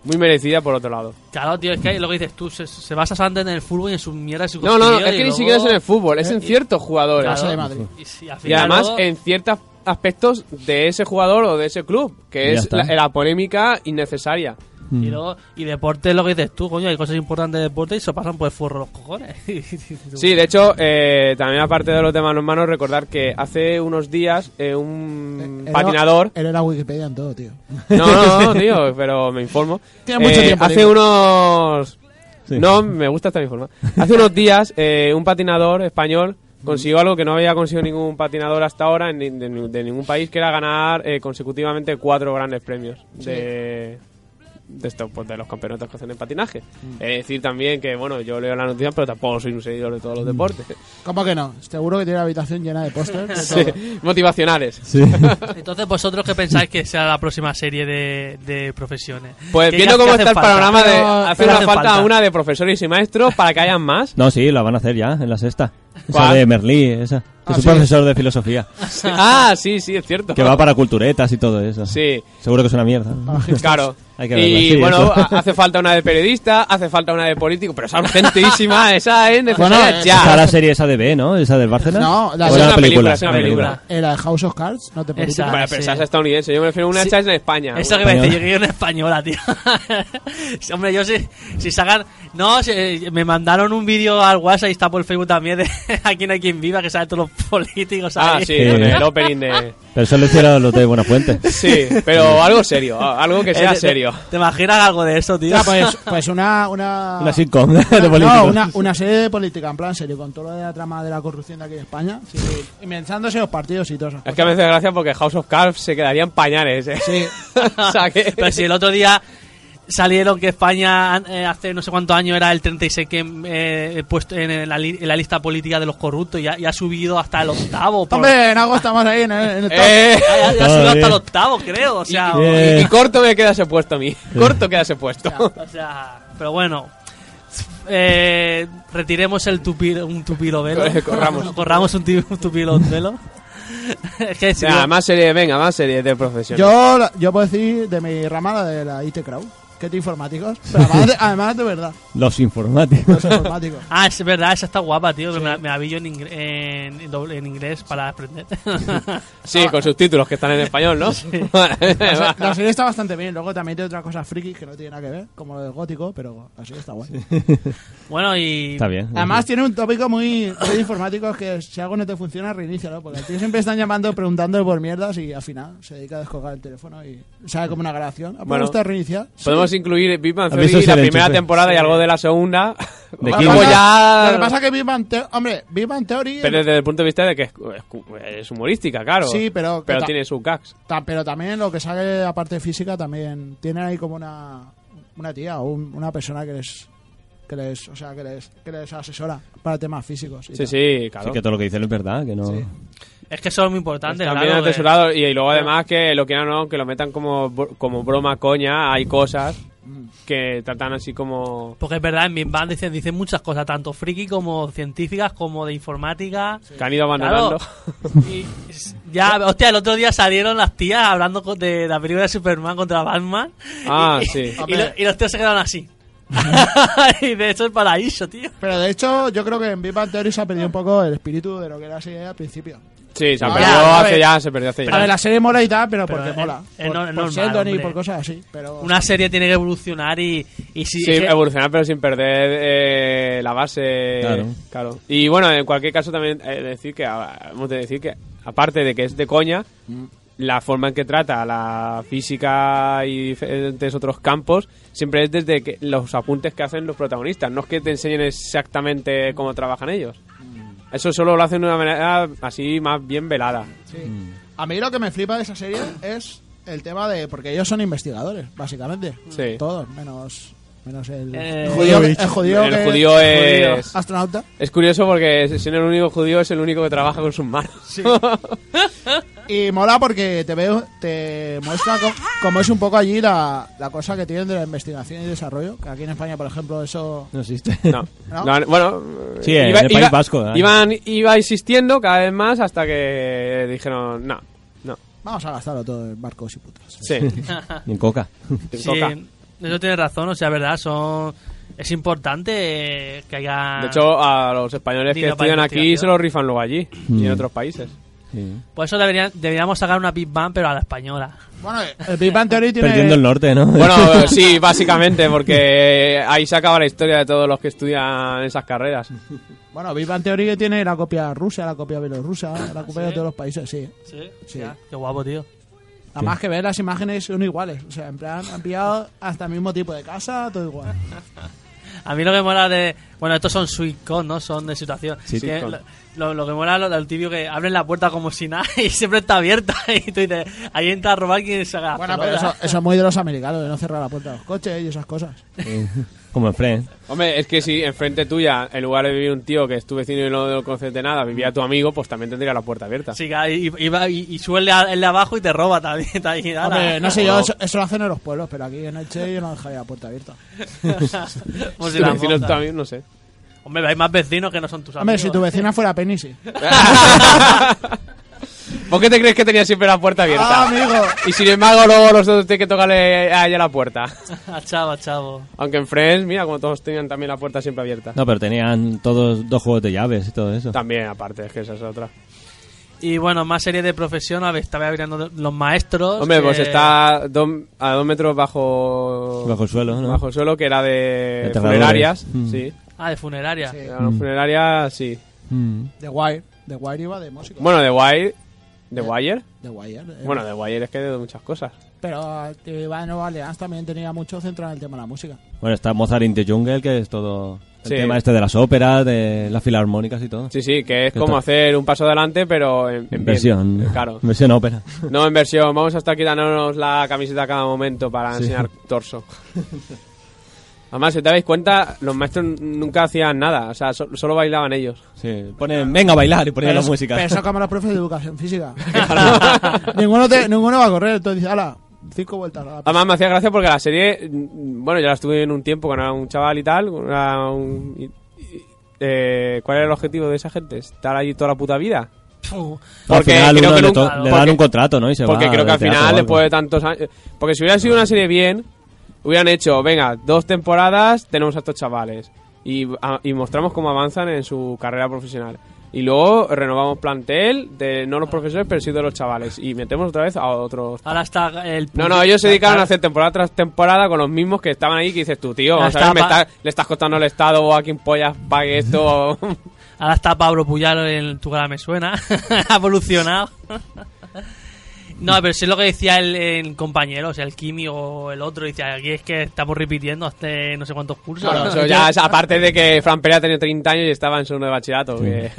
Speaker 3: Muy merecida por otro lado.
Speaker 2: Claro, tío, es que lo que dices tú, se, se basa solamente en el fútbol y en sus mierdas y su
Speaker 3: No, no, no,
Speaker 2: cosquilleo,
Speaker 3: es
Speaker 2: y
Speaker 3: que ni
Speaker 2: luego-
Speaker 3: siquiera es en el fútbol, es en ciertos jugadores.
Speaker 5: Barça de Madrid.
Speaker 2: Y, sí, al
Speaker 3: eh, Y
Speaker 2: final
Speaker 3: además
Speaker 2: luego-
Speaker 3: en ciertos aspectos de ese jugador o de ese club,
Speaker 4: Ya
Speaker 3: que es
Speaker 4: está.
Speaker 3: la, la polémica innecesaria.
Speaker 2: Y luego, y deporte es lo que dices tú, coño, hay cosas importantes de deporte y se pasan por el forro los cojones.
Speaker 3: Sí, de hecho, eh, también aparte de los temas manos, recordar que hace unos días eh, un
Speaker 5: Él era-
Speaker 3: patinador
Speaker 5: Él era Wikipedia en todo, tío.
Speaker 3: No, no, no, tío, pero me informo. Eh,
Speaker 5: Tiene mucho tiempo
Speaker 3: Hace
Speaker 5: libre.
Speaker 3: unos.
Speaker 4: Sí.
Speaker 3: No, me gusta estar informado. Hace unos días, eh, un patinador español consiguió algo que no había conseguido ningún patinador hasta ahora en ni- de, ni- de ningún país, que era ganar eh, consecutivamente cuatro grandes premios de. De, estos, pues, de los campeonatos que hacen en patinaje. Es decir, también que, bueno, yo leo la noticia, pero tampoco soy un seguidor de todos los deportes.
Speaker 5: ¿Cómo que no? Seguro que tiene la habitación llena de pósters. de todo.
Speaker 3: Sí, Motivacionales.
Speaker 4: Sí.
Speaker 2: Entonces, vosotros qué pensáis que sea la próxima serie de, de profesiones?
Speaker 3: Pues
Speaker 2: ¿Qué
Speaker 3: viendo
Speaker 2: ya- qué
Speaker 3: cómo
Speaker 2: hace
Speaker 3: está el
Speaker 2: falta?
Speaker 3: panorama de
Speaker 2: Pero-
Speaker 3: hace
Speaker 2: pero
Speaker 3: una
Speaker 2: hace
Speaker 3: falta, una de profesores y maestros para que hayan más.
Speaker 4: No, sí, la van a hacer ya, en la sexta. Esa
Speaker 3: ¿Cuál?
Speaker 4: de Merlí, esa. Que
Speaker 5: Ah,
Speaker 4: es un
Speaker 5: sí.
Speaker 4: profesor de filosofía.
Speaker 3: Ah, sí, sí, es cierto.
Speaker 4: Que va para culturetas y todo eso.
Speaker 3: Sí, Ah,
Speaker 4: Seguro que es una mierda.
Speaker 3: claro.
Speaker 4: Hay que verla,
Speaker 3: y
Speaker 4: sí,
Speaker 3: bueno,
Speaker 4: eso.
Speaker 3: ha- hace falta una de periodista, hace falta una de político, pero esa urgentísima, esa es necesaria
Speaker 5: Bueno,
Speaker 3: ya.
Speaker 4: Está la serie esa de B, ¿no? Esa del Barcelona.
Speaker 5: No, la-
Speaker 4: ¿O
Speaker 5: es
Speaker 4: era
Speaker 5: una
Speaker 3: película, es una
Speaker 4: Una
Speaker 3: película.
Speaker 5: Era Eh, House of Cards, no te preocupes.
Speaker 2: Esa.
Speaker 3: Bueno,
Speaker 2: sí.
Speaker 3: pero esa es estadounidense, yo me refiero a una
Speaker 2: Sí.
Speaker 3: hecha en España.
Speaker 2: Eso que
Speaker 3: Una-
Speaker 2: me decís,
Speaker 4: Española.
Speaker 2: yo quería una española, tío. Sí, Hombre, yo si, si sacan. No, si- eh, me mandaron un vídeo al WhatsApp y está por Facebook también de aquí no hay quien viva, que sale todos los políticos.
Speaker 3: Ah,
Speaker 2: ahí.
Speaker 3: sí,
Speaker 4: Sí.
Speaker 3: el opening de...
Speaker 4: Pero eso lo hicieron los de Buena Fuente.
Speaker 3: Sí, pero algo serio, a- algo que
Speaker 2: Eh,
Speaker 3: sea
Speaker 2: te-
Speaker 3: serio.
Speaker 2: ¿Te, imaginas algo de eso, tío?
Speaker 5: Ya, pues, pues una... Una,
Speaker 4: Una sitcom de políticos.
Speaker 5: No, una, una serie de política, en plan serio, con todo lo de la trama de la corrupción de aquí en España. sí, y pensándose en los partidos y todas esas
Speaker 3: Es que a
Speaker 5: cosas.
Speaker 3: veces gracia porque House of Cards se quedaría en pañales, eh. o sea que...
Speaker 2: Pero si el otro día salieron que España eh, hace no sé cuántos años era el 36 que eh, puesto en la, li- en la lista política de los corruptos y ha, y ha subido hasta el octavo. por-
Speaker 5: Hombre, en agosto estamos ahí en el, en el top.
Speaker 3: Eh,
Speaker 2: Ha, ha
Speaker 4: Todo
Speaker 2: subido hasta
Speaker 4: bien.
Speaker 2: el octavo, creo. O sea,
Speaker 4: y-
Speaker 2: o-
Speaker 3: y corto me queda ese puesto a mí. Corto queda ese puesto.
Speaker 2: o sea, pero bueno. Eh, retiremos el tupido, un tupido velo.
Speaker 3: Corramos.
Speaker 2: Corramos un, ti- un tupido velo. es que si
Speaker 3: Venga,
Speaker 2: no-
Speaker 3: más series, venga, más series de profesión.
Speaker 5: Yo, la- yo puedo decir de mi ramada de la IT Crowd, que es de informáticos, pero además de, además de verdad,
Speaker 4: Los informáticos.
Speaker 5: los informáticos.
Speaker 2: Ah, es verdad, esa está guapa, tío. que Me, la- me la vi yo en, ingre- en, en doble- en inglés para aprender.
Speaker 3: Sí,
Speaker 5: Ah.
Speaker 3: con subtítulos que están en español, ¿no?
Speaker 5: La se-
Speaker 3: Vale,
Speaker 5: La serie está bastante bien, luego también tiene otras cosas frikis que no tienen nada que ver, como lo del gótico, pero la serie está guay.
Speaker 2: bueno, y.
Speaker 4: Está bien.
Speaker 5: Además tiene un tópico muy, muy de informáticos que si algo no te funciona, reinícialo, porque al tío siempre están llamando preguntando por mierdas y al final se dedica a descolgar el teléfono y sale como una grabación. ¿Ah,
Speaker 3: Bueno.
Speaker 5: bueno, usted reiniciar? Sí.
Speaker 3: Podemos incluir Big Bang
Speaker 4: ¿Has visto
Speaker 3: Theory, la
Speaker 4: ese
Speaker 3: primera
Speaker 4: enchufe?
Speaker 3: temporada y algo de la segunda.
Speaker 4: ¿De
Speaker 3: Luego
Speaker 4: quién?
Speaker 5: Lo que
Speaker 3: ya-
Speaker 5: pasa- Lo que pasa es que Big Bang Theo- hombre, Big Bang Theory
Speaker 3: Pero desde el punto de vista de que es, es humorística, claro.
Speaker 5: Sí, pero-
Speaker 3: Pero
Speaker 5: ta-
Speaker 3: tiene sus gags.
Speaker 5: Ta- pero también lo que sale aparte de física también tienen ahí como una una tía o un- una persona que les que les o sea que les que les asesora para temas físicos y
Speaker 3: Sí,
Speaker 5: tal.
Speaker 3: sí, claro.
Speaker 4: Sí, que todo lo que dicen es verdad, que no.
Speaker 5: Sí.
Speaker 2: Es que eso es muy importante,
Speaker 3: Están bien
Speaker 2: claro, que-
Speaker 3: atesorados y, y luego además que lo quieran o no, que lo metan como, br- como broma, coña, hay cosas
Speaker 5: Mm.
Speaker 3: que tratan así como...
Speaker 2: Porque es verdad, en Big Bang dicen, dicen muchas cosas, tanto friki como científicas, como de informática.
Speaker 3: que han ido abandonando.
Speaker 2: Claro. Y s- ya, hostia, el otro día salieron las tías hablando co- de la película de Superman contra Batman.
Speaker 3: Ah,
Speaker 2: Y-
Speaker 3: sí.
Speaker 2: Y, lo- y los tíos se quedaron así. y de hecho el paraíso, tío.
Speaker 5: pero de hecho yo creo que en Big Bang Theory se ha perdido un poco el espíritu de lo que era así al principio
Speaker 3: Sí, se
Speaker 5: Ya,
Speaker 3: perdió
Speaker 2: a
Speaker 3: hace
Speaker 5: ver.
Speaker 3: ya, se perdió hace
Speaker 5: Ah, a
Speaker 3: ya.
Speaker 5: ver, la serie mola y tal pero,
Speaker 2: Pero
Speaker 5: porque
Speaker 2: es-
Speaker 5: mola
Speaker 2: es
Speaker 5: por,
Speaker 2: no-
Speaker 5: por
Speaker 2: normal,
Speaker 5: Sheldon y
Speaker 2: hombre.
Speaker 5: por cosas así pero
Speaker 2: Una serie tiene que evolucionar y, y si
Speaker 3: Sí,
Speaker 2: es que-
Speaker 3: evolucionar pero sin perder eh, la base.
Speaker 4: Claro.
Speaker 3: claro. Y bueno, en cualquier caso también eh, decir que ah, hemos de decir que aparte de que es de coña,
Speaker 2: Mm.
Speaker 3: la forma en que trata la física y diferentes otros campos siempre es desde que los apuntes que hacen los protagonistas, no es que te enseñen exactamente cómo trabajan ellos.
Speaker 2: Mm.
Speaker 3: Eso solo lo hacen de una manera así más bien velada.
Speaker 5: Sí. a mí lo que me flipa de esa serie es el tema de porque ellos son investigadores básicamente
Speaker 3: Sí.
Speaker 5: todos menos menos el,
Speaker 2: Eh,
Speaker 5: el judío, que- el judío
Speaker 3: El
Speaker 5: que-
Speaker 3: judío es-
Speaker 5: astronauta
Speaker 3: Es curioso porque siendo el único judío es el único que trabaja con sus manos.
Speaker 5: Y mola porque te veo, te muestra co- cómo es un poco allí la, la cosa que tienen de la investigación y desarrollo. Que aquí en España, por ejemplo, eso.
Speaker 4: No existe.
Speaker 3: No.
Speaker 5: ¿No?
Speaker 3: No, bueno,
Speaker 4: Sí, en el País Vasco, ¿eh?
Speaker 3: Iban, iba insistiendo cada vez más hasta que dijeron, no, no.
Speaker 5: Vamos a gastarlo todo en barcos y putas.
Speaker 3: Sí,
Speaker 4: Ni en coca.
Speaker 3: te
Speaker 2: Sí,
Speaker 3: toca.
Speaker 2: eso tiene razón, o sea, verdad, son es importante eh, que haya
Speaker 3: De hecho, a los españoles que
Speaker 2: Dino para
Speaker 3: estudian aquí
Speaker 2: investigación.
Speaker 3: se los rifan luego allí y en
Speaker 4: Mm.
Speaker 3: otros países.
Speaker 4: Sí.
Speaker 2: Por eso deberían- deberíamos sacar una Big Bang, pero a la española.
Speaker 5: Bueno, el Big Bang Theory tiene.
Speaker 4: Eh, Perdiendo el norte, ¿no?
Speaker 3: Bueno, sí, básicamente, porque ahí se acaba la historia de todos los que estudian esas carreras.
Speaker 5: Bueno, Big Bang Theory tiene la copia rusa, la copia bielorrusa,
Speaker 4: Ah,
Speaker 5: la copia de todos los países, sí.
Speaker 2: Sí,
Speaker 5: Sí.
Speaker 2: Ya, Qué guapo, tío.
Speaker 5: Además que ver las imágenes son iguales. O sea, en plan, han pillado hasta el mismo tipo de casa, todo igual.
Speaker 2: A mí lo que mola de. Bueno, estos son sitcom, ¿no? Son de situación.
Speaker 4: Sí,
Speaker 2: Que
Speaker 3: sitcom.
Speaker 2: lo, lo- lo que mola lo, lo tibio que abren la puerta como si nada y siempre está abierta. Y tú dices, ahí entra a robar quien se haga.
Speaker 5: Bueno,
Speaker 2: la
Speaker 5: pero eso,
Speaker 2: pelota.
Speaker 5: eso es muy de los americanos, de no cerrar la puerta de los coches y esas cosas.
Speaker 4: Sí. Como en Friends.
Speaker 3: Hombre, es que si enfrente tuya, en lugar de vivir un tío que es tu vecino y no lo conoces de nada, vivía tu amigo, pues también tendría la puerta abierta.
Speaker 2: Sí, claro, y, y va- y- y sube el de a- el de abajo y te roba también. también, ala.
Speaker 5: Hombre, no sé yo, eso, eso lo hacen en los pueblos, pero aquí en el Che yo no dejaría la puerta abierta.
Speaker 2: Como si
Speaker 3: Tu
Speaker 2: la
Speaker 3: vecino es
Speaker 2: monta.
Speaker 3: tu amigo, no sé.
Speaker 2: Hombre, hay más vecinos que no son tus
Speaker 5: Hombre,
Speaker 2: amigos.
Speaker 5: si tu vecina fuera Penny, sí.
Speaker 3: ¿Por qué te crees que tenía siempre la puerta abierta?
Speaker 5: Ah, amigo.
Speaker 3: Y sin embargo, luego los otros tienen que tocarle a ella la puerta.
Speaker 2: A chavo, a chavo.
Speaker 3: Aunque en Friends, mira, como todos tenían también la puerta siempre abierta.
Speaker 4: No, pero tenían todos dos juegos de llaves y todo eso.
Speaker 3: También, aparte, es que esa es otra.
Speaker 2: Y bueno, más series de profesión. A ver, estaba mirando los maestros. eh,
Speaker 3: Hombre,
Speaker 2: que-
Speaker 3: pues está dos- a dos metros bajo...
Speaker 4: Bajo el suelo, ¿no?
Speaker 3: Bajo el suelo, que era de
Speaker 4: Enterradores.
Speaker 3: funerarias.
Speaker 4: Mm.
Speaker 3: Sí.
Speaker 2: Ah, de funeraria.
Speaker 5: Sí.
Speaker 3: Era una funeraria, sí.
Speaker 4: Mm.
Speaker 5: The Wire. The Wire iba de músico.
Speaker 3: Bueno, de Wire...
Speaker 4: Eh.
Speaker 3: ¿De Wire?
Speaker 5: The Wire. eh.
Speaker 3: Bueno, de Wire es que de muchas cosas.
Speaker 5: Pero eh, iba de Nueva Orleans también tenía mucho centro en el tema de la música.
Speaker 4: Bueno, está Mozart in the Jungle, que es todo el
Speaker 3: Sí.
Speaker 4: tema este de las óperas, de las filarmónicas y todo.
Speaker 3: Sí, sí, que es
Speaker 4: ¿Qué
Speaker 3: como
Speaker 4: tal?
Speaker 3: hacer un paso adelante, pero en, en bien.
Speaker 4: Versión.
Speaker 3: Claro.
Speaker 4: Versión ópera.
Speaker 3: No en versión, vamos a estar quitándonos la camiseta a cada momento para enseñar torso. Además, si te dais cuenta, los maestros n- nunca hacían nada, o sea, so- solo bailaban ellos.
Speaker 4: Sí, ponen, venga a bailar y ponen la
Speaker 5: es-
Speaker 4: música.
Speaker 5: pero eso como los profes de educación física. ninguno, te- ninguno va a correr, entonces dice, ala, cinco vueltas. a la p-".
Speaker 3: Además, me hacía gracia porque la serie, mm, bueno, yo la estuve en un tiempo cuando era un chaval y tal. era un- y- y- eh, ¿Cuál era el objetivo de esa gente? ¿Estar allí toda la puta vida?
Speaker 1: Puh.
Speaker 3: Porque
Speaker 4: al final
Speaker 3: creo
Speaker 4: uno
Speaker 3: que
Speaker 4: le,
Speaker 3: nunca-
Speaker 4: to- le dan
Speaker 3: porque-
Speaker 4: un contrato, ¿no? Y se
Speaker 3: Porque
Speaker 4: va
Speaker 3: creo que al
Speaker 4: de teatro
Speaker 3: final,
Speaker 4: o algo.
Speaker 3: después de tantos años. Porque si hubiera sido una serie bien, hubieran hecho, venga, dos temporadas, tenemos a estos chavales. Y, a- y mostramos cómo avanzan en su carrera profesional. Y luego renovamos plantel de no los profesores, pero sí de los chavales. Y metemos otra vez a otros.
Speaker 2: Ahora está el.
Speaker 3: No, no, ellos se dedicaron a hacer temporada tras temporada con los mismos que estaban ahí. Que dices tú, tío,
Speaker 4: Ah,
Speaker 2: Ya
Speaker 3: o sea,
Speaker 2: está,
Speaker 3: me
Speaker 2: pa-
Speaker 3: está- le estás costando al Estado o a quien pollas pague esto. o-
Speaker 2: Ahora está Pablo Puyaro en Tu cara me suena. ha evolucionado. no, pero sí es lo que decía el, el compañero, o sea, el Kimi o el otro. Dice, aquí es que estamos repitiendo hace no sé cuántos cursos.
Speaker 3: Bueno, eso ya, es- aparte de que Fran Pérez ha tenido 30 años y estaba en segundo de bachillerato. que-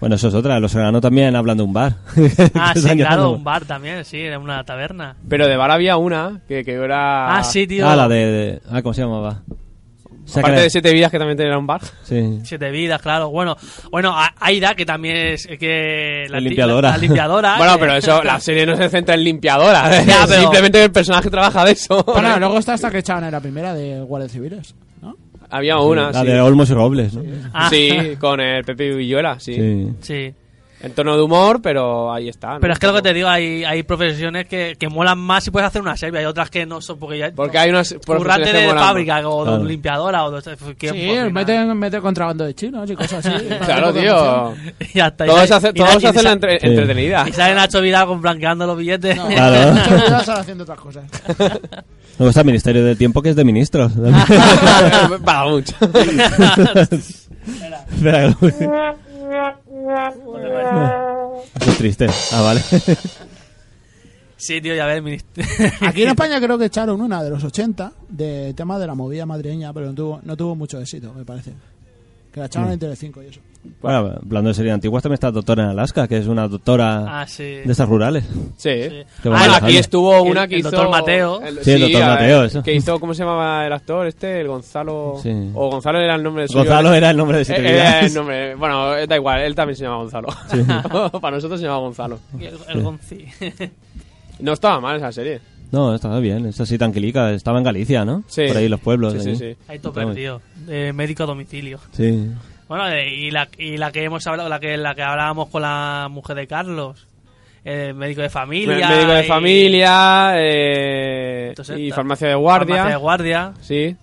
Speaker 4: Bueno, eso es otra. Los Serrano también hablan de un bar.
Speaker 2: ah,
Speaker 4: Que
Speaker 2: sí,
Speaker 4: están
Speaker 2: claro,
Speaker 4: llamando.
Speaker 2: un bar también, sí, era una taberna.
Speaker 3: Pero de bar había una que, que era.
Speaker 2: Ah, sí, tío.
Speaker 4: Ah, la de, de- Ah, ¿cómo se llamaba? O sea, que
Speaker 3: Aparte
Speaker 4: la-
Speaker 3: de siete vidas que también tenía un bar.
Speaker 4: Sí.
Speaker 2: Siete vidas, claro. Bueno, bueno, a- Aida, que también es eh, que
Speaker 4: La
Speaker 2: ti-
Speaker 4: limpiadora.
Speaker 2: la limpiadora. eh.
Speaker 3: Bueno,
Speaker 2: que-
Speaker 3: pero eso, la serie no se centra en limpiadora.
Speaker 2: Ah, Ya, pero-
Speaker 3: Simplemente el personaje trabaja de eso.
Speaker 5: Bueno, luego está esta que echaban en la primera de Guardias Civiles, ¿no?
Speaker 3: Había una,
Speaker 4: la
Speaker 3: sí.
Speaker 4: de Olmos y Robles, ¿no?
Speaker 2: Ah,
Speaker 3: Sí, con el Pepe Villuela, sí.
Speaker 4: Sí.
Speaker 2: sí.
Speaker 3: En tono de humor, pero ahí está. ¿no?
Speaker 2: Pero es que lo que te digo, hay, hay profesiones que, que molan más si puedes hacer una serie, hay otras que no son porque ya...
Speaker 3: Porque hay unas
Speaker 2: currante
Speaker 3: profesiones
Speaker 2: de
Speaker 3: que molan
Speaker 2: fábrica o de
Speaker 4: Claro.
Speaker 2: limpiadora o de... que-
Speaker 5: sí,
Speaker 2: al final-
Speaker 5: meten, meten contrabando de chinos y cosas así.
Speaker 3: más. Claro, tío.
Speaker 2: Ya está. y
Speaker 3: Todos
Speaker 2: sale-
Speaker 3: hacen
Speaker 2: y sale-
Speaker 3: todos
Speaker 2: y
Speaker 3: hacen la
Speaker 2: sale-
Speaker 3: entre-
Speaker 4: Sí.
Speaker 3: entretenida.
Speaker 2: Y sale Nacho Vidal con blanqueando los billetes.
Speaker 5: No,
Speaker 4: Claro.
Speaker 5: muchos de ellos haciendo otras cosas.
Speaker 4: Luego está el Ministerio del Tiempo, que es de ministros.
Speaker 3: Para mucho.
Speaker 4: Espera, que lo- Eso es triste. Ah, vale.
Speaker 2: sí, tío, ya ves, ministro.
Speaker 5: Aquí en España creo que echaron una de los 80 de tema de la movida madrileña, pero no tuvo, no tuvo mucho éxito, me parece. Que la
Speaker 3: Mm.
Speaker 5: echaron en Telecinco y eso.
Speaker 4: Bueno, hablando de series antiguas, también está Doctora en Alaska, que es una doctora
Speaker 2: Ah, sí.
Speaker 4: de esas rurales.
Speaker 3: Sí.
Speaker 2: Sí.
Speaker 4: Qué
Speaker 3: Ah,
Speaker 4: bueno,
Speaker 3: aquí
Speaker 4: Jaime.
Speaker 3: estuvo
Speaker 2: El-
Speaker 3: una que
Speaker 2: el
Speaker 3: hizo.
Speaker 2: doctor Mateo.
Speaker 4: Sí, el doctor
Speaker 3: a ver,
Speaker 4: Mateo, eso.
Speaker 3: Que hizo, ¿cómo se llamaba el actor este? El Gonzalo.
Speaker 4: Sí.
Speaker 3: O Gonzalo era el nombre de su.
Speaker 4: Gonzalo era el nombre de siete
Speaker 3: era
Speaker 4: vidas.
Speaker 3: Eh, el nombre. Bueno, eh, da igual, él también se llama Gonzalo. Para nosotros se llama Gonzalo.
Speaker 2: El, el Gonzi.
Speaker 3: No estaba mal esa serie.
Speaker 4: No, estaba bien, es así tranquilica. Estaba en Galicia, ¿no?
Speaker 3: Sí.
Speaker 4: Por ahí los pueblos.
Speaker 3: Sí,
Speaker 4: de
Speaker 3: sí,
Speaker 4: allí.
Speaker 3: sí.
Speaker 2: Ahí todo perdido. Eh, médico a domicilio.
Speaker 4: Sí.
Speaker 2: Bueno, eh, y, la, y la que hemos hablado, la que, la que hablábamos con la mujer de Carlos. El médico de familia.
Speaker 3: Médico de
Speaker 2: y-
Speaker 3: familia eh,
Speaker 2: Entonces,
Speaker 3: y
Speaker 2: esta-
Speaker 3: farmacia de guardia.
Speaker 2: farmacia de guardia.
Speaker 3: Sí.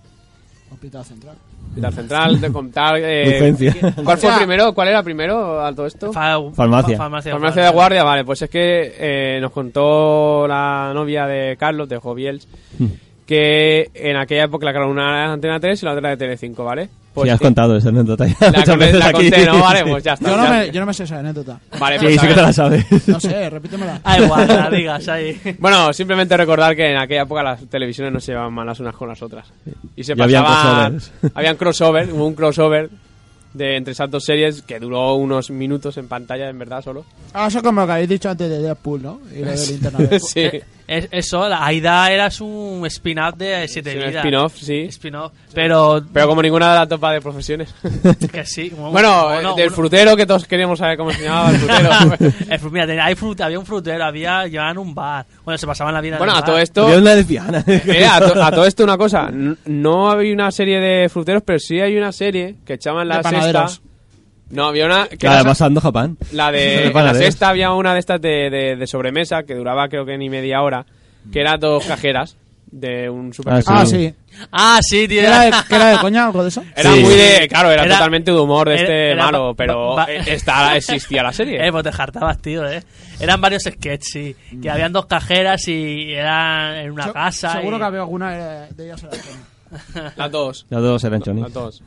Speaker 5: Hospital Central.
Speaker 3: Hospital Central, de contar. eh,
Speaker 4: Urgencia.
Speaker 3: ¿Cuál fue
Speaker 5: Ya.
Speaker 3: primero? ¿Cuál era primero a todo esto?
Speaker 2: Fa-
Speaker 4: Farmacia.
Speaker 2: fa-
Speaker 3: Farmacia de guardia, vale, pues es que eh, nos contó la novia de Carlos, de Joviels,
Speaker 4: Hmm.
Speaker 3: que en aquella época la claro, una era de Antena 3 y la otra de Telecinco, ¿vale? Pues
Speaker 4: sí, has
Speaker 3: que-
Speaker 4: contado esa anécdota ya
Speaker 3: La,
Speaker 4: muchas
Speaker 3: con-
Speaker 4: veces
Speaker 3: la
Speaker 4: aquí.
Speaker 3: conté, ¿no? Vale, pues ya está.
Speaker 5: Yo no,
Speaker 3: ya-
Speaker 5: me, yo no me sé esa anécdota.
Speaker 3: Vale,
Speaker 4: Sí,
Speaker 3: pues
Speaker 4: sí
Speaker 3: a
Speaker 4: que te
Speaker 3: ver.
Speaker 4: la sabes.
Speaker 5: No sé, repítemela.
Speaker 2: Ah, igual, la digas ahí.
Speaker 3: Bueno, simplemente recordar que en aquella época las televisiones no se llevaban mal las unas con las otras. Y se
Speaker 4: Y habían
Speaker 3: pasaban-
Speaker 4: crossovers.
Speaker 3: Habían crossover, hubo un crossover de entre esas dos series que duró unos minutos en pantalla, en verdad, solo.
Speaker 5: Ah, eso como lo que habéis dicho antes de Deadpool, ¿no? Y lo del internet.
Speaker 3: sí.
Speaker 2: Eh, es- eso, la Aida era un spin-off de Siete
Speaker 3: Sí, un
Speaker 2: Vidas.
Speaker 3: spin-off, sí.
Speaker 2: Spin-off. Pero
Speaker 3: Pero como ninguna de las dos va de profesiones.
Speaker 2: que sí. como-
Speaker 3: Bueno,
Speaker 2: como no,
Speaker 3: eh, del
Speaker 2: uno-
Speaker 3: frutero que todos queríamos saber cómo se llamaba el frutero.
Speaker 2: El fru- mira, tenía- hay frut- había un frutero, había llevaban un bar. Bueno, se pasaban la vida. en
Speaker 3: bueno,
Speaker 2: el
Speaker 3: a
Speaker 2: bar.
Speaker 3: todo esto.
Speaker 4: Había una lesbiana.
Speaker 3: eh, a, to- a todo esto una cosa. n- No había una serie de fruteros, pero sí hay una serie que echaban la
Speaker 5: De
Speaker 3: sexta.
Speaker 5: panaderos.
Speaker 3: No, había una. Que
Speaker 4: Claro,
Speaker 3: era-
Speaker 4: pasando Japán.
Speaker 3: la de
Speaker 4: De
Speaker 3: en la
Speaker 4: panaderos.
Speaker 3: sexta había una de estas de, de- de sobremesa que duraba creo que ni media hora. Que era dos cajeras de un supermercado.
Speaker 5: Ah, sí.
Speaker 2: Ah, sí, tío.
Speaker 5: ¿Qué era, de, qué era de coña algo de eso?
Speaker 3: Era
Speaker 4: Sí.
Speaker 3: muy de. Eh, Claro, era,
Speaker 2: Era-
Speaker 3: totalmente de humor de
Speaker 2: era-
Speaker 3: este
Speaker 2: era
Speaker 3: malo,
Speaker 2: ba-
Speaker 3: pero
Speaker 2: ba-
Speaker 3: eh, esta, existía la serie.
Speaker 2: Eh, pues te jartabas, tío, eh. Eran varios sketches, sí. Que habían dos cajeras y eran en una
Speaker 5: Se-
Speaker 2: casa.
Speaker 5: Seguro
Speaker 2: y-
Speaker 5: que había alguna de ellas en la zona.
Speaker 3: Las dos.
Speaker 4: Las dos eran chonis.
Speaker 3: Las dos.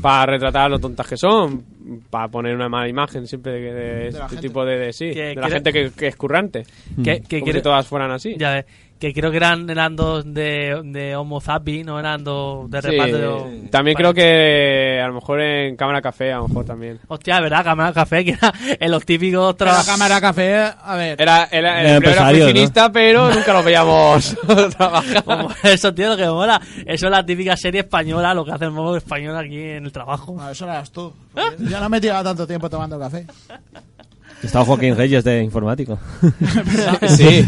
Speaker 3: Para retratar lo tontas que son, para poner una mala imagen siempre de, de este
Speaker 5: la gente.
Speaker 3: tipo de, de- sí,
Speaker 2: Que-
Speaker 3: de la
Speaker 2: que-
Speaker 3: gente que, que es currante.
Speaker 2: que, que
Speaker 3: Como
Speaker 2: creo-
Speaker 3: si todas fueran así.
Speaker 2: ya ves, que creo que eran, eran dos de, de Homo Zapi, no eran dos de
Speaker 3: Sí.
Speaker 2: reparto.
Speaker 3: También creo que a lo mejor en Cámara Café, a lo mejor también.
Speaker 2: Hostia, ¿verdad? Cámara Café, que era en los típicos
Speaker 5: Pero la
Speaker 2: trabajos.
Speaker 5: cámara café, a ver.
Speaker 3: Era, era, el
Speaker 4: Era
Speaker 3: empleo era
Speaker 4: empresario,
Speaker 3: oficinista, pero nunca lo veíamos trabajar.
Speaker 2: Eso, tío, lo que mola. Eso es la típica serie española, lo que hace el modo español aquí en el trabajo.
Speaker 5: No, eso eras tú. Yo no me he tirado tanto tiempo tomando café.
Speaker 4: Estaba Joaquín Reyes de informático.
Speaker 3: Sí.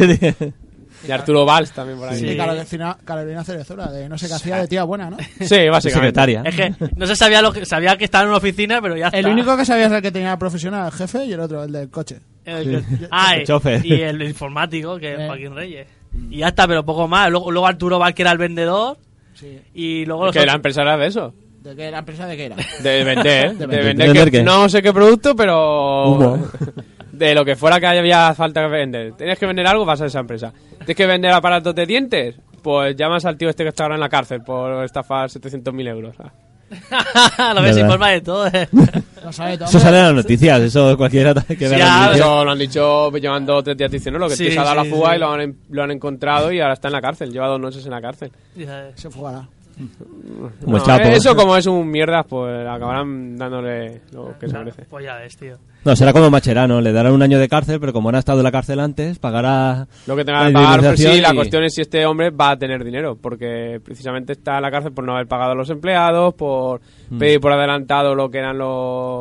Speaker 3: Y Arturo Valls también por ahí.
Speaker 5: Y
Speaker 2: Sí.
Speaker 5: Carolina, Carolina Cerezuela, de no sé qué hacía de tía buena, ¿no?
Speaker 3: Sí, básicamente.
Speaker 4: Secretaria.
Speaker 2: Es que no se sabía lo que, sabía que estaba en una oficina, pero ya está.
Speaker 5: El único que sabía es el que tenía profesional, el jefe, y el otro, el del coche.
Speaker 2: El que- ah,
Speaker 4: El
Speaker 2: y-
Speaker 4: chofer.
Speaker 2: Y el informático, que es
Speaker 5: Eh.
Speaker 2: Joaquín Reyes. Y ya está, pero poco más. Luego, luego Arturo Val, que era el vendedor.
Speaker 5: Sí.
Speaker 2: Y luego los
Speaker 3: Que la
Speaker 2: otros-
Speaker 3: empresa era de eso.
Speaker 5: ¿De qué era empresa de qué era?
Speaker 3: De vender, ¿eh?
Speaker 5: De
Speaker 3: De
Speaker 5: vender.
Speaker 3: vender.
Speaker 4: ¿Vender
Speaker 3: que-
Speaker 4: qué?
Speaker 3: No sé qué producto, pero.
Speaker 4: Humo.
Speaker 3: De lo que fuera que había falta que vender. Tenías que vender algo, vas a esa empresa. Tienes que vender aparatos de dientes. Pues llamas al tío este que está ahora en la cárcel por estafar 700.000 euros. Ah.
Speaker 2: lo ves
Speaker 4: Verdad.
Speaker 2: informa de todo. eh.
Speaker 5: Lo sabe todo.
Speaker 4: Eso sale en las noticias, eso cualquiera que vea
Speaker 2: Sí,
Speaker 4: las
Speaker 2: ah,
Speaker 4: noticias.
Speaker 3: Eso lo han dicho llevando tres días diciendo lo que el
Speaker 2: Sí,
Speaker 3: tío se ha dado
Speaker 2: sí,
Speaker 3: la fuga
Speaker 2: sí.
Speaker 3: y lo han, en- lo han encontrado y ahora está en la cárcel. Lleva dos noches en la cárcel.
Speaker 2: Ya,
Speaker 5: Se fugará.
Speaker 4: Como el
Speaker 3: No,
Speaker 4: Chapo.
Speaker 3: eh, Eso, como es un mierda, pues acabarán dándole lo que se merece.
Speaker 2: Pues ya ves, tío.
Speaker 4: No, será como Macherano, le darán un año de cárcel, pero como no ha estado en la cárcel antes, pagará...
Speaker 3: Lo que tendrá que
Speaker 4: la
Speaker 3: pagar, pero sí,
Speaker 4: indemnización
Speaker 3: la
Speaker 4: y-
Speaker 3: cuestión es si este hombre va a tener dinero, porque precisamente está en la cárcel por no haber pagado a los empleados, por pedir por adelantado lo que eran los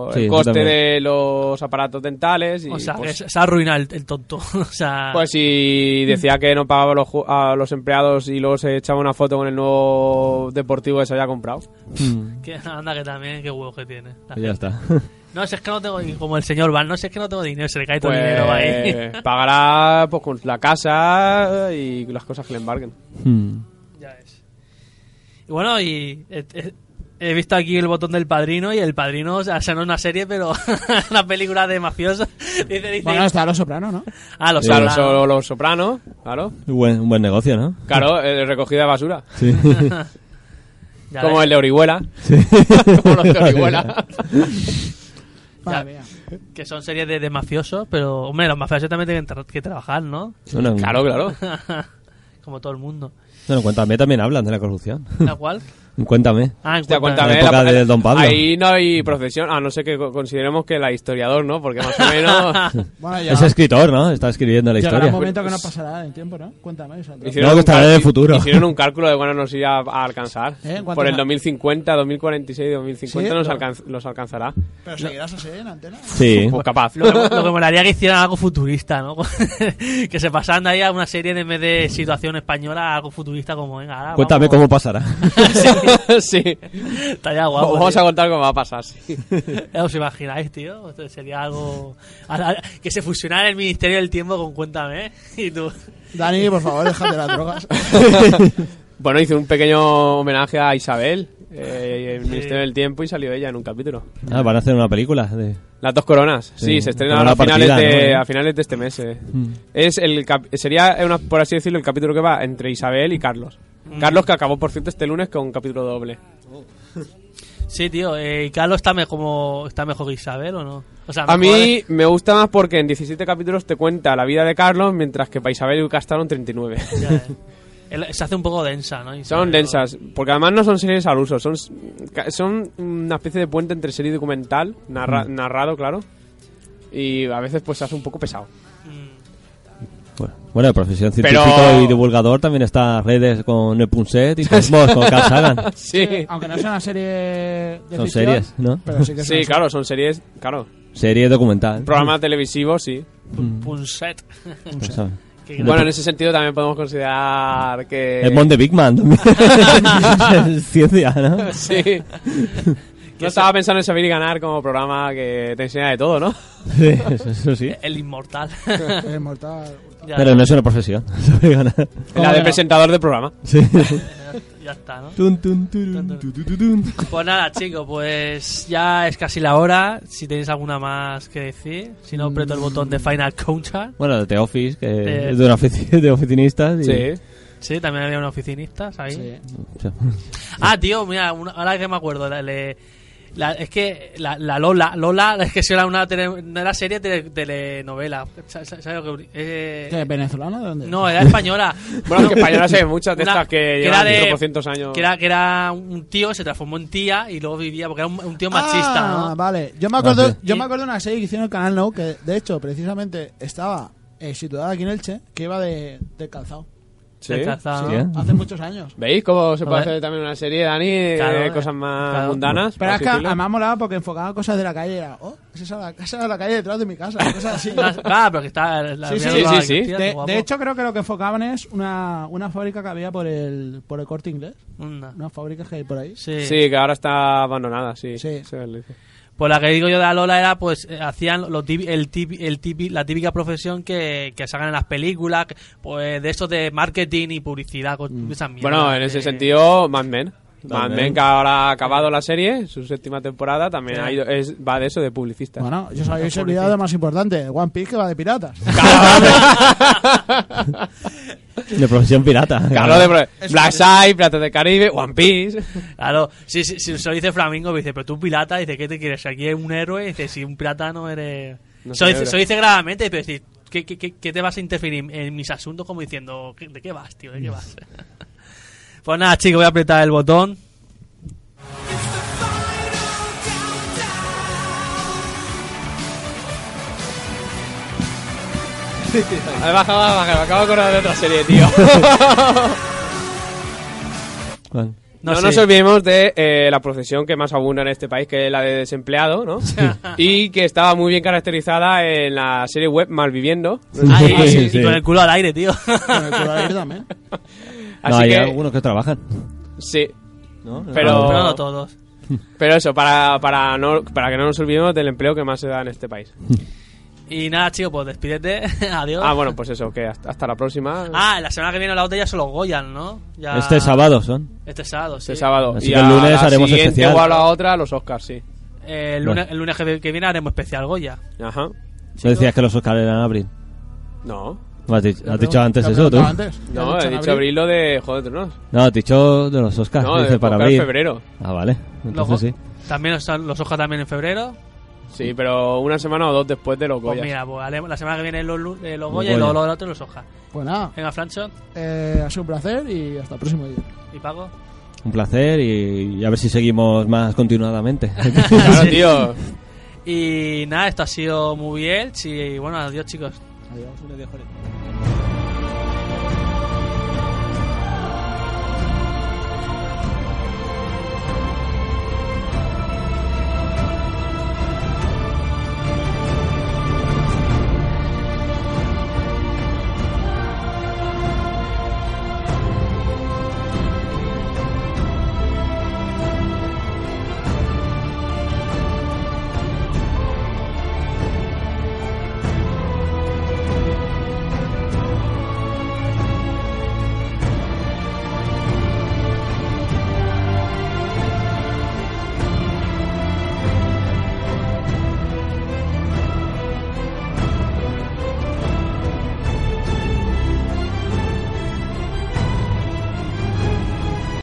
Speaker 4: Hmm. Sí,
Speaker 3: el
Speaker 4: eso
Speaker 3: coste
Speaker 4: también.
Speaker 3: de los aparatos dentales. Y,
Speaker 2: O sea,
Speaker 3: pues,
Speaker 2: que se ha arruinado el, el tonto. O sea,
Speaker 3: pues si decía que no pagaba a los, ju- a los empleados y luego se echaba una foto con el nuevo deportivo que se había comprado.
Speaker 4: Mm,
Speaker 2: que- anda que también, qué huevo que tiene. La
Speaker 4: pues ya está.
Speaker 2: No, si es que no tengo, y como el señor Van, no, si es que no tengo dinero, se le cae todo el dinero ahí.
Speaker 3: Pues pagará pues, con la casa y las cosas que le embarguen.
Speaker 4: Mm.
Speaker 2: ya ves. Y bueno, y eh, eh, he visto aquí el botón del padrino y el padrino, o sea, no es una serie, pero una película de mafiosos. Dice, dice,
Speaker 5: Bueno, está Los Soprano, ¿no?
Speaker 2: ah, los
Speaker 3: Claro,
Speaker 2: Soprano.
Speaker 3: solo los sopranos, claro.
Speaker 4: Un buen, un buen negocio, ¿no?
Speaker 3: Claro, eh, recogida de basura.
Speaker 4: Sí.
Speaker 2: Ya
Speaker 3: Como
Speaker 2: ves.
Speaker 3: el de Orihuela. Como los de Orihuela.
Speaker 5: Madre mía.
Speaker 2: Que son series de, de mafiosos, pero, hombre, los mafiosos también tienen tra- que trabajar, ¿no?
Speaker 4: Eso no-
Speaker 3: claro, claro.
Speaker 2: Como todo el mundo.
Speaker 4: Eso no, en Cuéntame también hablan de la corrupción.
Speaker 2: ¿La cual?
Speaker 4: En Cuéntame.
Speaker 2: Ah, en
Speaker 3: Hostia,
Speaker 2: cuenta-
Speaker 3: cuéntame,
Speaker 4: época de Don Pablo.
Speaker 3: Ahí no hay profesión, a no ser que co- consideremos que la historiador, ¿no? Porque más o menos
Speaker 5: Bueno, ya.
Speaker 4: Es escritor, ¿no? Está escribiendo la
Speaker 5: Llegará
Speaker 4: historia.
Speaker 5: un momento que no pasará en el tiempo, ¿no? Cuéntame eso. Andrés.
Speaker 4: No, que
Speaker 3: un
Speaker 4: estará en
Speaker 3: cal-
Speaker 4: el futuro.
Speaker 3: Hicieron un cálculo de cuándo nos iba a alcanzar.
Speaker 5: ¿Eh? ¿Cuánto
Speaker 3: Por el
Speaker 5: más?
Speaker 3: 2050, 2046, 2050
Speaker 5: ¿Sí?
Speaker 3: nos,
Speaker 5: No.
Speaker 3: alcanz- nos alcanzará.
Speaker 5: Pero seguirás así en antena.
Speaker 4: Sí.
Speaker 3: Pues capaz.
Speaker 2: Lo que, lo que molaría que hicieran algo futurista, ¿no? que se pasaran de ahí a una serie de, en vez de situación española, a algo futurista como, venga, ahora
Speaker 4: Cuéntame
Speaker 2: vamos.
Speaker 4: cómo pasará.
Speaker 3: sí.
Speaker 2: Estaría guapo.
Speaker 3: Vamos
Speaker 2: tío.
Speaker 3: a contar cómo va a pasar. sí.
Speaker 2: Eh, ¿Os imagináis, tío? Esto Sería algo... Ahora, Que se fusionara el Ministerio del Tiempo con Cuéntame, ¿eh? Y tú...
Speaker 5: Dani, por favor, déjate las drogas.
Speaker 3: Bueno, hice un pequeño homenaje a Isabel, eh, el Ministerio del Tiempo, y salió ella en un capítulo.
Speaker 4: Ah, van a hacer una película. De...
Speaker 3: Las dos coronas, sí,
Speaker 4: Sí,
Speaker 3: se estrena
Speaker 4: corona
Speaker 3: a finales,
Speaker 4: partida,
Speaker 3: de,
Speaker 4: ¿no?
Speaker 3: a finales de este mes. eh.
Speaker 5: Hmm.
Speaker 3: Es el cap- sería, una, por así decirlo, el capítulo que va entre Isabel y Carlos. Carlos que acabó, por cierto, este lunes con un capítulo doble.
Speaker 2: Sí, tío. eh, ¿Y Carlos está, me como, está mejor que Isabel o no? O sea,
Speaker 3: A
Speaker 2: mejor
Speaker 3: mí me gusta más porque en 17 capítulos te cuenta la vida de Carlos, mientras que para Isabel gastaron 39.
Speaker 2: es- ya, eh. El- se hace un poco densa, ¿no? Isabel,
Speaker 3: Son
Speaker 2: ¿no?
Speaker 3: densas, porque además no son series al uso, son, son una especie de puente entre serie y documental, narra-
Speaker 5: Hmm.
Speaker 3: narrado, claro, y a veces pues se hace un poco pesado.
Speaker 4: Bueno, bueno, de profesión
Speaker 3: Pero-
Speaker 4: científico y divulgador también está redes con Nepunset y Cosmos, con Carl Sagan.
Speaker 3: Sí,
Speaker 5: Aunque no sea una serie de
Speaker 4: Son
Speaker 5: ficción,
Speaker 4: series, ¿no?
Speaker 5: Pero Ah, sí que es
Speaker 3: sí,
Speaker 5: una
Speaker 3: claro, son series, claro,
Speaker 4: Serie documental.
Speaker 3: programa Eh. televisivo, sí.
Speaker 2: Pun- Punset.
Speaker 4: Pues, ¿sabes?
Speaker 2: Qué
Speaker 4: De-
Speaker 3: Bueno, en ese sentido también podemos considerar que...
Speaker 4: El Monte Big Man también. Ciencia, ¿no?
Speaker 3: Sí. Yo estaba pensando en saber y ganar como programa que te enseña de todo, ¿no?
Speaker 4: Sí, eso, eso sí.
Speaker 2: El inmortal.
Speaker 5: serie. Es mortal.
Speaker 2: Ya,
Speaker 4: Pero no es una profesión.
Speaker 3: La de presentador de programa.
Speaker 4: Sí.
Speaker 2: ya está, ¿no?
Speaker 4: Tun, tun, turun, tu, tu, tu, tun.
Speaker 2: Pues nada, chicos, pues ya es casi la hora. Si tenéis alguna más que decir, si no,
Speaker 3: Mm.
Speaker 2: aprieto el botón de Final Counter.
Speaker 4: Bueno, de The Office, que
Speaker 2: Eh.
Speaker 4: es de, una ofici- de oficinistas. Y,
Speaker 3: Sí.
Speaker 2: Sí, también había un oficinista, ¿sabéis?
Speaker 5: Sí.
Speaker 4: o sea,
Speaker 2: Ah, tío, mira, una- ahora que me acuerdo, la- le- la- es que la, la Lola, Lola, es que si era una, tele- era serie tele- telenovela. Sa- sa- ¿Sabes lo que.? eh,
Speaker 5: ¿Qué, venezolano? ¿De dónde?
Speaker 2: no, era española.
Speaker 3: Bueno, que españolas hay muchas de
Speaker 2: Una-
Speaker 3: estas que
Speaker 2: era
Speaker 3: llevan
Speaker 2: de-
Speaker 3: 400 años.
Speaker 2: Que era, que era un tío, se transformó en tía y luego vivía, porque era un, un tío
Speaker 5: Ah,
Speaker 2: machista, ¿no?
Speaker 5: Vale, yo me acuerdo,
Speaker 4: Ah, sí.
Speaker 5: yo me acuerdo de una serie que hicieron en el Canal No, que de hecho precisamente estaba eh, situada aquí en Elche, que iba de, de calzado.
Speaker 3: Sí.
Speaker 2: del calzado.
Speaker 4: Sí, ¿eh?
Speaker 5: Hace muchos años.
Speaker 3: ¿Veis cómo se puede
Speaker 2: Joder.
Speaker 3: hacer también una serie, Dani, de
Speaker 2: Claro,
Speaker 3: cosas más
Speaker 2: claro.
Speaker 3: mundanas?
Speaker 5: Pero
Speaker 3: por
Speaker 5: es que
Speaker 3: así decirlo?
Speaker 5: además molaba porque enfocaba cosas de la calle. Era, oh, es esa la casa de la calle detrás de mi casa. Cosas así.
Speaker 2: Las- Ah, pero que está. la-
Speaker 5: Sí, sí,
Speaker 2: la-
Speaker 5: sí,
Speaker 2: la-
Speaker 3: sí, sí.
Speaker 2: tía, qué
Speaker 5: De,
Speaker 2: guapo.
Speaker 5: de hecho, creo que lo que enfocaban es una, una fábrica que había por el, por el corte inglés.
Speaker 2: Anda.
Speaker 5: Unas fábricas que hay por ahí.
Speaker 2: Sí.
Speaker 3: Sí, que ahora está abandonada, sí.
Speaker 5: Sí.
Speaker 3: Se le dice.
Speaker 2: Pues la que digo yo de Alola era, pues, eh, hacían lo típi- el típi- el típi- la típica profesión que, que sacan en las películas, que- pues de estos de marketing y publicidad, con esas mierdas
Speaker 3: Mm. Bueno, en
Speaker 2: de-
Speaker 3: ese sentido, Mad Men. Mad
Speaker 4: eh. Mad Men.
Speaker 3: Men, que ahora ha acabado la serie, su séptima temporada, también
Speaker 2: Sí.
Speaker 3: ha ido, es, va de eso, de publicista.
Speaker 5: Bueno, yo os habéis olvidado de más importante. One Piece que va de piratas.
Speaker 4: De profesión pirata.
Speaker 3: Claro, de Black Side, Piratas del Caribe, One Piece.
Speaker 2: Claro, si, si, si se lo dice Flamingo, dice, pero tú pirata, dice, ¿qué te quieres? Aquí es un héroe, dice, si un pirata no eres...
Speaker 3: No
Speaker 2: se, lo dice,
Speaker 3: celebra.
Speaker 2: se lo dice gravemente, pero dice, ¿qué, qué, qué, qué te vas a interferir en mis asuntos? Como diciendo, "¿Qué- ¿de qué vas, tío?
Speaker 3: Mm.
Speaker 2: ¿De qué vas? pues nada, chicos, voy a apretar el botón.
Speaker 3: Baja, baja, baja, me acabo de acordar de otra serie, tío.
Speaker 4: Bueno,
Speaker 2: No,
Speaker 3: No, no
Speaker 2: sé.
Speaker 3: nos olvidemos de eh, la profesión que más abunda en este país, que es la de desempleado, ¿no? y que estaba muy bien caracterizada en la serie web Malviviendo.
Speaker 2: Ah, y-
Speaker 4: Ah, sí,
Speaker 2: y
Speaker 4: sí.
Speaker 2: con el culo al aire, tío.
Speaker 5: Con el culo al aire también.
Speaker 3: Así
Speaker 4: no, hay
Speaker 3: que,
Speaker 4: algunos que trabajan.
Speaker 3: sí.
Speaker 4: ¿no?
Speaker 3: Pero-
Speaker 2: Pero no todos.
Speaker 3: Pero eso, para, para, no, para que no nos olvidemos del empleo que más se da en este país.
Speaker 2: Y nada, chicos, pues despídete. Adiós.
Speaker 3: Ah, bueno, pues eso, que hasta, hasta la próxima.
Speaker 2: Ah, la semana que viene la otra ya se los Goyan, ¿no? Ya-
Speaker 4: Este sábado son.
Speaker 2: Este sábado, sí.
Speaker 3: Este sábado.
Speaker 4: Así
Speaker 3: y
Speaker 4: que el
Speaker 3: a
Speaker 4: lunes
Speaker 3: la
Speaker 4: haremos
Speaker 3: siguiente
Speaker 4: especial.
Speaker 3: o a la otra, los Oscars, sí.
Speaker 2: Eh, el, lunes, el lunes que que viene haremos especial Goya.
Speaker 3: Ajá.
Speaker 4: Tú decías que los Oscar eran en abril.
Speaker 3: No.
Speaker 4: ¿No has dicho, has dicho antes
Speaker 5: Lo
Speaker 4: eso, tú?
Speaker 5: preguntaba antes.
Speaker 3: No,
Speaker 5: Lo
Speaker 3: he dicho abril lo de Juego de Tronos.
Speaker 4: No, has dicho de los Oscars.
Speaker 3: No,
Speaker 4: Ah, dice
Speaker 3: de
Speaker 4: para
Speaker 3: Oscar
Speaker 4: abril.
Speaker 3: febrero.
Speaker 4: Ah, vale.
Speaker 2: Los Go-
Speaker 4: Entonces sí.
Speaker 2: También están los Oscar también en febrero.
Speaker 3: Sí, pero una semana o dos después de los
Speaker 2: Pues
Speaker 3: Goya.
Speaker 2: mira, pues haremos- la semana que viene los, lu- eh, los Goya, y
Speaker 4: Goya.
Speaker 2: luego los otros los Oscar.
Speaker 5: Pues nada,
Speaker 2: Venga, Francho
Speaker 5: eh, ha sido un placer y hasta el próximo día.
Speaker 2: y Paco.
Speaker 4: Un placer y, y a ver si seguimos más continuadamente.
Speaker 3: Claro, tío.
Speaker 2: Y nada, esto ha sido muy bien. Y bueno, adiós chicos.
Speaker 5: Adiós.